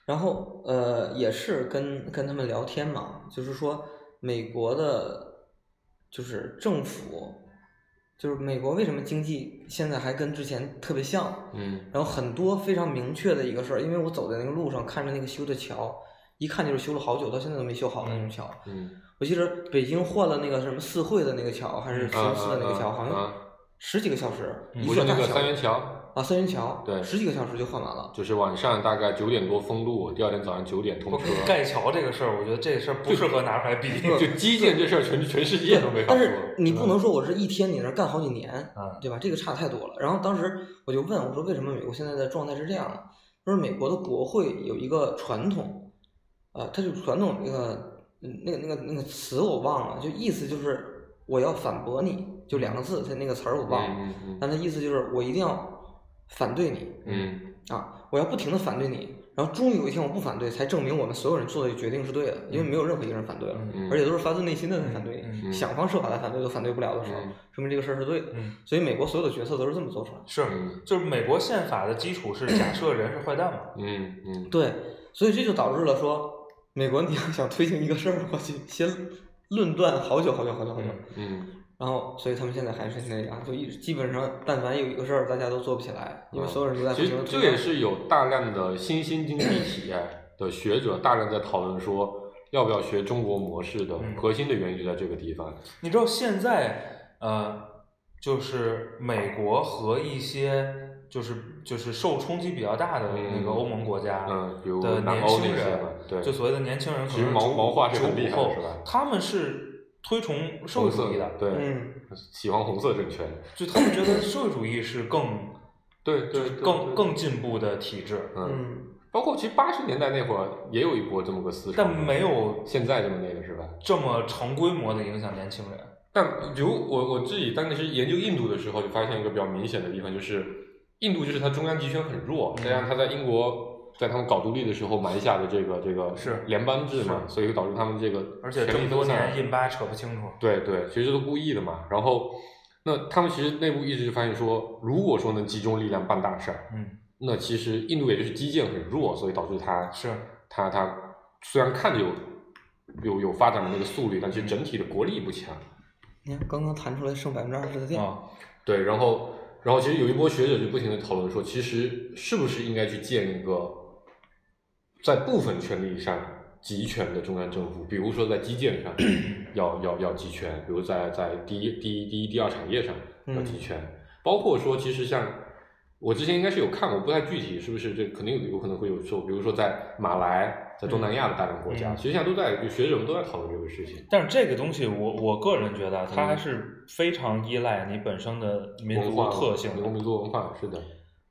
B: 然后呃，也是跟跟他们聊天嘛，就是说美国的，就是政府，就是美国为什么经济现在还跟之前特别像？
D: 嗯
B: 然后很多非常明确的一个事儿，因为我走在那个路上，看着那个修的桥，一看就是修了好久，到现在都没修好的那种桥。
D: 嗯，
B: 我记得北京换了那个什么四惠的那个桥，还是
D: 啊
B: 什么寺的那个桥，
D: 啊
B: 好
D: 啊
B: 像十几个小时，一
D: 不是
B: 座
D: 嗯那
B: 大
D: 个
B: 桥
D: 三元桥，
B: 啊，三元桥，
D: 对
B: 十几个小时就换完了。
D: 就是晚上大概九点多封路，第二天早上九点通
C: 不
D: 车。
C: 盖桥这个事儿，我觉得这事儿不适合拿出来比。
D: 就基建这事儿，全全世界都没法
B: 但
D: 说。嗯
B: 是你不能说我是一天你那干好几年，
C: 嗯
B: 对吧？这个差太多了。然后当时我就问我说，为什么美国现在的状态是这样的？他说美国的国会有一个传统，呃啊、它就传统那个嗯那个那个那个词我忘了，就意思就是我要反驳你，就两个字，它那个词儿我忘了，
D: 嗯嗯
B: 但它意思就是我一定要反对你
D: 嗯
B: 啊，我要不停的反对你，然后终于有一天我不反对，才证明我们所有人做的决定是对的，因为没有任何一个人反对了，
C: 嗯
D: 嗯，
B: 而且都是发自内心的在反对
C: 嗯
B: 你，
D: 嗯
B: 想方设法来反对都反对不了的时候
D: 嗯，
B: 说明这个事儿是对的。
C: 嗯，
B: 所以美国所有的决策都是这么做出来的。
C: 是，
D: 嗯
C: 就是美国宪法的基础是假设人是坏蛋嘛，
D: 嗯嗯
B: 对，所以这就导致了说，美国你要想推行一个事儿，我去先论断好久好久好久好久，
C: 嗯
D: 嗯
B: 然后所以他们现在还是那样，就一直基本上但凡有一个事儿，大家都做不起来，因为所有人都在不
D: 嗯其
B: 停
D: 实
B: 的
D: 这也是有大量的新兴经济体的学者大量在讨论说，要不要学中国模式的
C: 嗯
D: 核心的原因就在这个地方。
C: 你知道现在呃，就是美国和一些就是就是受冲击比较大的那个欧盟国家，
D: 嗯，比如
C: 的
D: 南
C: 年
D: 欧
C: 轻
D: 那些
C: 人
D: 嘛，，对，
C: 就所谓的年轻人，可
D: 其实
C: 能
D: 毛
C: 九五
D: 毛话是
C: 九
D: 很厉
C: 五
D: 害
C: 后
D: 的，是吧？
C: 他们是推崇社会
D: 红
C: 主义的
D: 色，对，
B: 嗯，
D: 喜欢红色政权，
C: 就他们觉得社会主义是更
D: 对
C: 就
D: 对，
C: 是
D: 对
C: 更
D: 对
C: 更进步的体制，
D: 嗯，
B: 嗯，
D: 包括其实八十年代那会儿也有一波这么个思潮，
C: 但没有
D: 现在这么那个是吧？
C: 这么成规模的影响年轻人。
D: 但比如我我自己当时研究印度的时候，就发现一个比较明显的地方，就是印度就是它中央集权很弱，
C: 嗯
D: 再加上它在英国在他们搞独立的时候埋下的这个这个
C: 是
D: 联邦制嘛，
C: 是
D: 所以就导致他们这个
C: 而且这
D: 权
C: 么
D: 力
C: 多
D: 分散
C: 年印巴扯不清楚。
D: 对对，其实都故意的嘛。然后，那他们其实内部一直就发现说，如果说能集中力量办大事儿，
C: 嗯，
D: 那其实印度也就是基建很弱，所以导致它
C: 是，
D: 它它虽然看着有有有发展的那个速率，但其实整体的国力不强。
B: 你看刚刚弹出来剩百分之二十的电，
C: 啊，
D: 哦对，然后然后其实有一波学者就不停的讨论说，其实是不是应该去建一个在部分权利上集权的中央政府，比如说在基 建上要要要集权，比如在在第一第一第一第二产业上
C: 嗯
D: 要集权，包括说其实像。我之前应该是有看过，不太具体，是不是？这肯定有有可能会有说，比如说在马来、在东南亚的大量国家，
C: 嗯
D: 其实现在都在有学者们都在讨论这个事情。
C: 但是这个东西我，我个人觉得啊它
D: 嗯
C: 还是非常依赖你本身的民
D: 文
C: 族
D: 化嗯
C: 特性的。
D: 民族文化是的，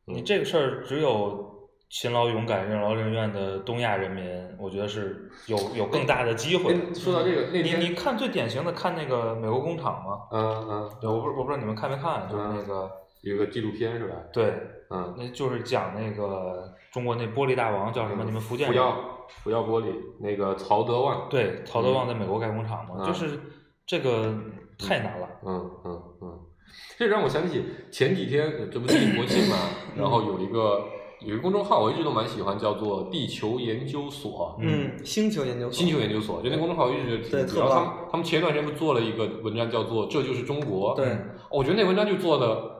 C: 你这个事儿只有勤劳勇敢、任劳任怨的东亚人民，我觉得是有有更大的机会。嗯
D: 哎说到这个那
C: 你
D: 天
C: 你看最典型的看那个美国工厂嘛，
D: 嗯嗯，
C: 对，我不我不知道你们看没看，就是那个、
D: 有一个纪录片是吧？
C: 对，
D: 嗯，
C: 那就是讲那个中国那玻璃大王叫什么？你们福建
D: 嗯福
C: 人
D: 耀福耀玻璃那个曹德旺，，
C: 对陶德旺在美国盖工厂嘛，
D: 嗯
C: 就是这个太难了。
D: 嗯嗯嗯，这让我想起前几天呃这不是国 庆嘛，然后有一个有一个公众号，我一直都蛮喜欢，叫做地球研究所。
B: 嗯，星球研究所，
D: 星球研究所，就那公众号一直挺
B: 对
D: 火
B: 特
D: 然后他们
B: 棒
D: 他们前一段时间不做了一个文章，叫做《这就是中
C: 嗯
D: 国》。
B: 对
D: 哦我觉得那文章就做的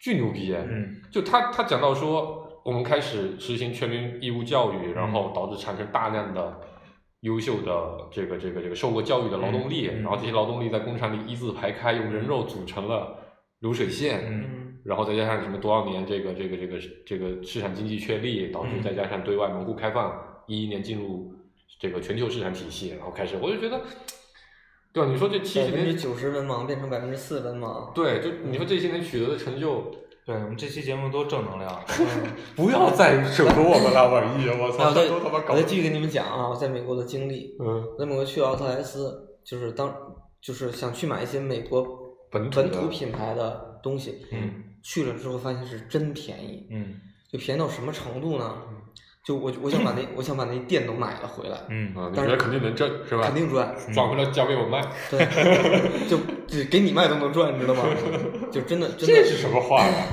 D: 巨牛逼哎，
C: 嗯
D: 就他他讲到说，我们开始实行全民义务教育，然
B: 嗯
D: 后导致产生大量的优秀的这个这个这个受过教育的劳动力，
C: 嗯嗯
D: 然后这些劳动力在工厂里一字排开，用人肉组成了流水线，
C: 嗯
B: 嗯，
D: 然后再加上什么多少年这个这个这个这个市场经济确立，导致
C: 嗯
D: 再加上对外门户开放，一一年进入这个全球市场体系，然后开始，我就觉得，对啊吧？你说这七
B: 百
D: 十
B: 分之
D: 年，
B: 九十文盲变成百分之四文盲，
D: 对，就你说这些年取得的成就。
C: 对我们这期节目都正能 量。嗯
D: 不要再扯着我们了，网易，我
B: 然后再
D: 都他妈
B: 啊哎我再继续跟你们讲啊，我在美国的经历，
D: 嗯，
B: 在美国去奥特莱斯，就是当就是想去买一些美国
D: 本土的
B: 本土品牌的东西，
C: 嗯
B: 去了之后发现是真便宜，
C: 嗯
B: 就便宜到什么程度呢？就我我想把那我想把那店都买了回来，
C: 嗯，
D: 啊，你
B: 但是
D: 觉得肯定能挣是吧？
B: 肯定赚，
D: 转回来交给我卖，
B: 对，就就给你卖都能赚，你知道吗？就真的真
D: 这
B: 的
D: 是什么话呀？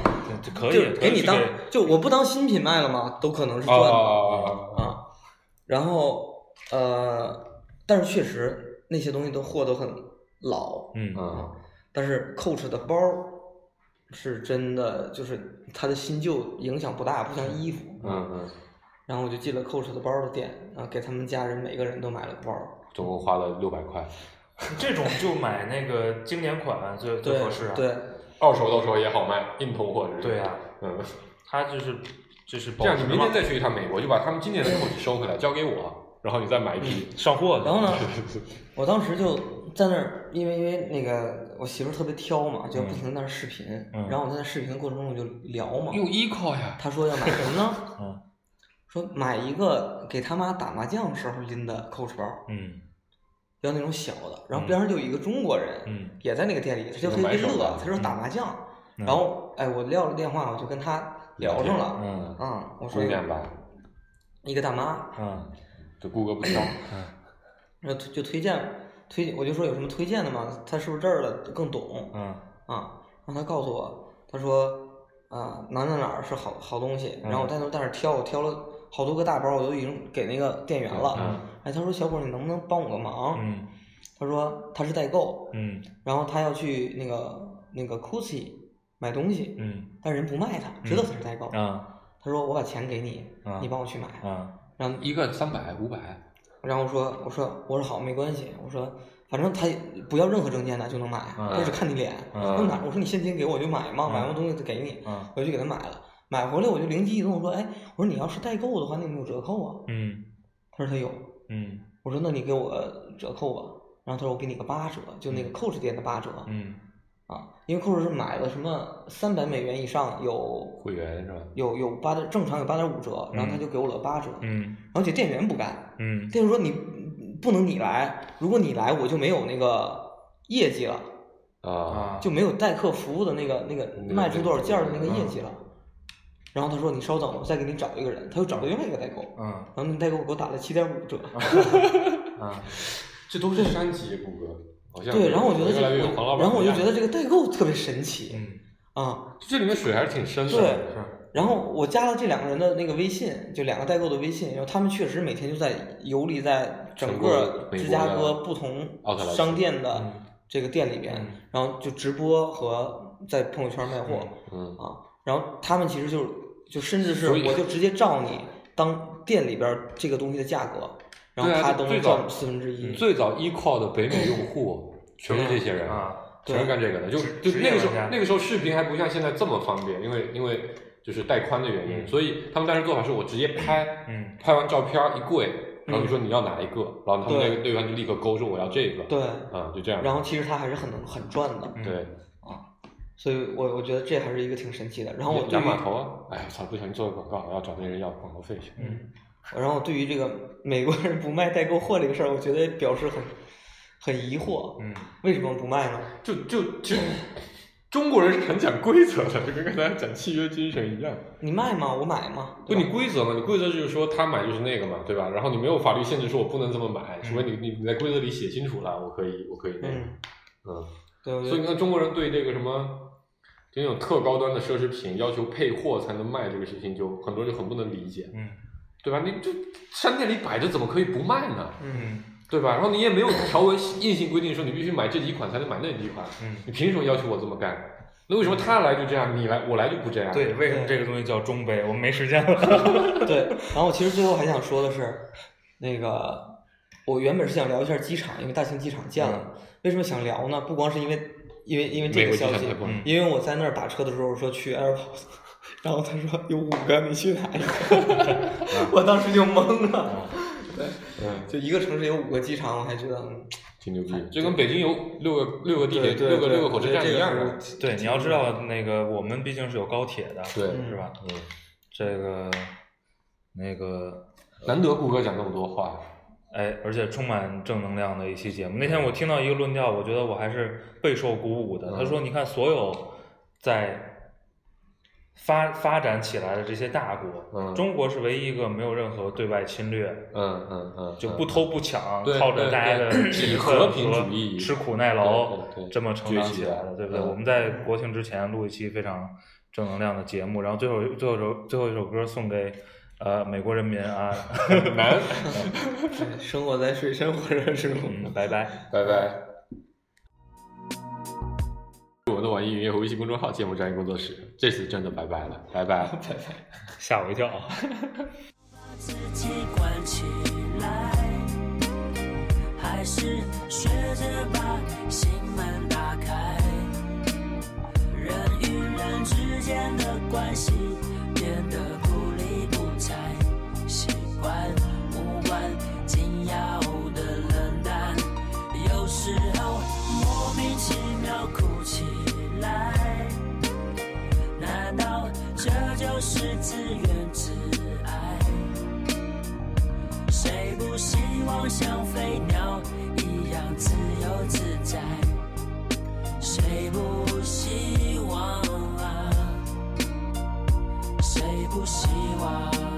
C: 这这可以
B: 就，
C: 可
B: 给
C: 以
B: 你
C: 去
B: 当就我不当新品卖了吗？都可能是
D: 啊
B: 赚的。
D: 啊
B: 啊，
D: 啊！
B: 然后呃，但是确实那些东西都货都很老，
C: 嗯
D: 啊
B: 但是 Coach 的包儿是真的，就是它的新旧影响不大，不像衣服。
D: 嗯嗯，
B: 然后我就进了 Coach 的包儿的店，啊，给他们家人每个人都买了个包儿。
D: 总共花了六百块，
C: 这种就买那个经典款最最
B: 对
C: 合适啊。
B: 对，
D: 二手到手也好卖，硬通货是。
C: 对啊，
D: 嗯，
C: 它就是就是保
D: 这样你
C: 值
D: 明
C: 嘛
D: 天，再去一趟美国，就把他们今年的口子收回来，交给
B: 嗯
D: 我，然后你再买一批。
C: 上货去。
B: 然后呢， 我当时就在那儿，因为因为那个我媳妇儿特别挑嘛，就不停地在那儿视频。
C: 嗯
B: 然后我在那视频的过程中我就聊嘛，
D: 依靠呀，
B: 她说要买什么呢？
C: 嗯
B: 说买一个给他妈打麻将时候拎的 Coach 包，
C: 嗯，
B: 要那种小的，然后边上就有一个中国人，
C: 嗯
B: 也在那个店里，他就是特
D: 个嗯买
B: 别
D: 手
B: 乐
D: 的，嗯
B: 他说打麻将，然后哎，我撂了电话，我就跟他聊上了，
D: 嗯，
B: 嗯，我说
D: 姑娘吧，
B: 一个大妈，
C: 嗯
D: 这顾哥不挑，
B: 然后就推荐推，我就说有什么推荐的吗？他是不是这儿的更懂
C: 嗯
B: 啊？然后他告诉我，他说啊哪哪哪儿是好好东西，
D: 嗯
B: 然后我在那在那儿挑，我挑了好多个大包，我都已经给那个店员了。
D: 嗯
B: 哎，他说小伙儿你能不能帮我个忙？
C: 嗯
B: 他说他是代购，
C: 嗯
B: 然后他要去那个那个 Gucci 买东西，
C: 嗯
B: 但人不卖他，知道他是代购。
C: 啊
B: 他说我把钱给你，
C: 啊
B: 你帮我去买。
C: 啊
B: 然后
D: 一个三百五百，
B: 然后我说我说我说好没关系，我说反正他不要任何证件的就能买，
C: 嗯
B: 那是看你脸。
C: 嗯
B: 我说哪？我说你现金给我就买嘛，
C: 嗯
B: 买完东西就给你，
C: 啊
B: 我就给他买了。买回来我就灵机一动，我说哎，我说你要是代购的话，那有没有折扣啊？
C: 嗯
B: 他说他有。
C: 嗯
B: 我说那你给我折扣吧。然后他说我给你个八折，就那个扣 o 店的八折。
C: 嗯
B: 啊，因为扣 o 是买了什么三百美元以上有
D: 会员是吧？
B: 有有八点，正常有八点五折，然后他
C: 嗯
B: 就给我了八折，
C: 嗯
B: 而且店员不干，
C: 嗯
B: 店员说你嗯不能你来，如果你来我就没有那个业绩了，
D: 啊
C: 啊
B: 就没有代客服务的那个那个
D: 那个
B: 卖出多少件儿的那个
D: 嗯
B: 业绩了。然后他说你稍等，我再给你找一个人，他又找了另外一个代购，
C: 嗯
B: 然后那代购给我打了七点五折。
C: 啊
D: 这都是山级顾哥，好像
B: 对，然后我觉得这
D: 越来越有黄老
B: 个，
D: 板，
B: 然后我就觉得这个代购特别神奇
C: 嗯
B: 啊。
D: 这里面水还是挺深的，
B: 对
D: 是吧
B: 然后我加了这两个人的那个微信，就两个代购的微信，然后他们确实每天就在游离在整
D: 整个
B: 个
D: 美
B: 芝
D: 国
B: 加
D: 的
B: 哥不同
D: 奥特莱斯
B: 商店的
C: 嗯
B: 这个店里边，
C: 嗯
B: 然后就直播和在朋友圈卖货、
D: 嗯，
B: 啊。然后他们其实就是就甚至是
D: 所以
B: 我就直接照你当店里边儿这个东西的价格，然后
D: 对啊
B: 他
D: 就
B: 都
D: 最
B: 能
D: 早嗯
B: 赚四分之一。
D: 最早 eCall 的北美用户全是这些
B: 嗯
D: 人，
C: 啊
D: 全是干这个的，就
C: 职
D: 就
C: 职业
D: 那个时候
C: 玩家
D: 那个时候视频还不像现在这么方便，因为因为就是带宽的原因，
C: 嗯
D: 所以他们当时做法是我直接拍，
C: 嗯
D: 拍完照片一跪，然后
B: 嗯
D: 你说你要哪一个，然后他们
B: 对
D: 那个对方就立刻勾说我要这个，
B: 对，
D: 啊就这样，
B: 然后其实他还是很能很赚的，
C: 嗯
D: 对，
B: 所以我我觉得这还是一个挺神奇的。然后我对
D: 两
B: 于
D: 码头啊，哎呀我操，不小心做个广告，我要找那人要广告费去，
C: 嗯
B: 然后对于这个美国人不卖代购货这个事儿，我觉得表示很很疑惑，
C: 嗯
B: 为什么不卖呢？
D: 就就 其实中国人是很讲规则的，就跟刚才讲契约精神一样。
B: 你卖吗？我买吗？
D: 不，你规则嘛，你规则就是说他买就是那个嘛，对吧？然后你没有法律限制说我不能这么买，除非你你你在规则里写清楚了，我可以我可以那个，
B: 嗯，
D: 嗯。
B: 对，我觉
D: 所以你
B: 得
D: 看中国人对这个什么，这种特高端的奢侈品要求配货才能卖这个事情，就很多人就很不能理解，
C: 嗯
D: 对吧？你就商店里摆着怎么可以不卖呢？
B: 嗯，
C: 嗯
D: 对吧？然后你也没有条文硬性规定说你必须买这几款才能买那几款，
C: 嗯。
D: 你凭什么要求我这么干？那为什么他来就这样，你来我来就不这样？
C: 对，为什么这个东西叫中杯？我们没时间了。
B: 对。然后其实最后还想说的是，那个我原本是想聊一下机场，因为大兴机场建了。为什么想聊呢？不光是因为因为因为
D: 嗯美
B: 这
D: 国
B: 个
D: 机场
B: 消息
D: 太，棒了
C: 嗯
B: 因为我在那儿打车的时候我说去 AirPods，然 后他说有五个，你去哪一个？ 我当时就懵了。
D: 嗯，
B: 就一个城市有五个机场，我还觉得嗯
D: 挺牛逼，哎就跟北京有六个六个地铁、
B: 对对
D: 六个
B: 对
D: 六个火车
B: 我觉得
D: 站
B: 这
D: 一
B: 个
D: 样
B: 是
D: 的。
C: 对，你要知道，那个我们毕竟是有高铁的，
D: 对，
B: 嗯
C: 是吧？
D: 嗯，
C: 这个，那个，
D: 难得顾哥讲这么多话，
C: 哎，而且充满正能量的一期节目。那天我听到一个论调，我觉得我还是备受鼓舞的。他说：“你看，所有在发发展起来的这些大国，
D: 嗯
C: 中国是唯一一个没有任何对外侵略，
D: 嗯嗯嗯，
C: 就不偷不抢，
D: 对
C: 靠着大家的
D: 对对
C: 勤奋
D: 和平
C: 和
D: 主义
C: 吃苦耐劳
D: 对对对
C: 这么成长
D: 崛起
C: 起来的，
D: 的
C: 对不对？
D: 嗯
C: 我们在国庆之前录一期非常正能量的节目，然后最后最后一首最后一首歌送给呃美国人民啊，
D: 很难，
B: 生活在水深火热之中。
C: 嗯拜拜。”
D: 拜拜。我们的网易云和微信公众号“芥末专业工作室”，这次真的拜拜了，拜拜。
C: 吓我一跳。
E: 把自己关起来，还是学着把心门打开？人与人之间的关系变得不理不睬，习惯无关紧要的冷淡，有时候莫名其妙哭起来。难道这就是自怨自艾？谁不希望像飞鸟一样在，谁不希望啊？谁不希望？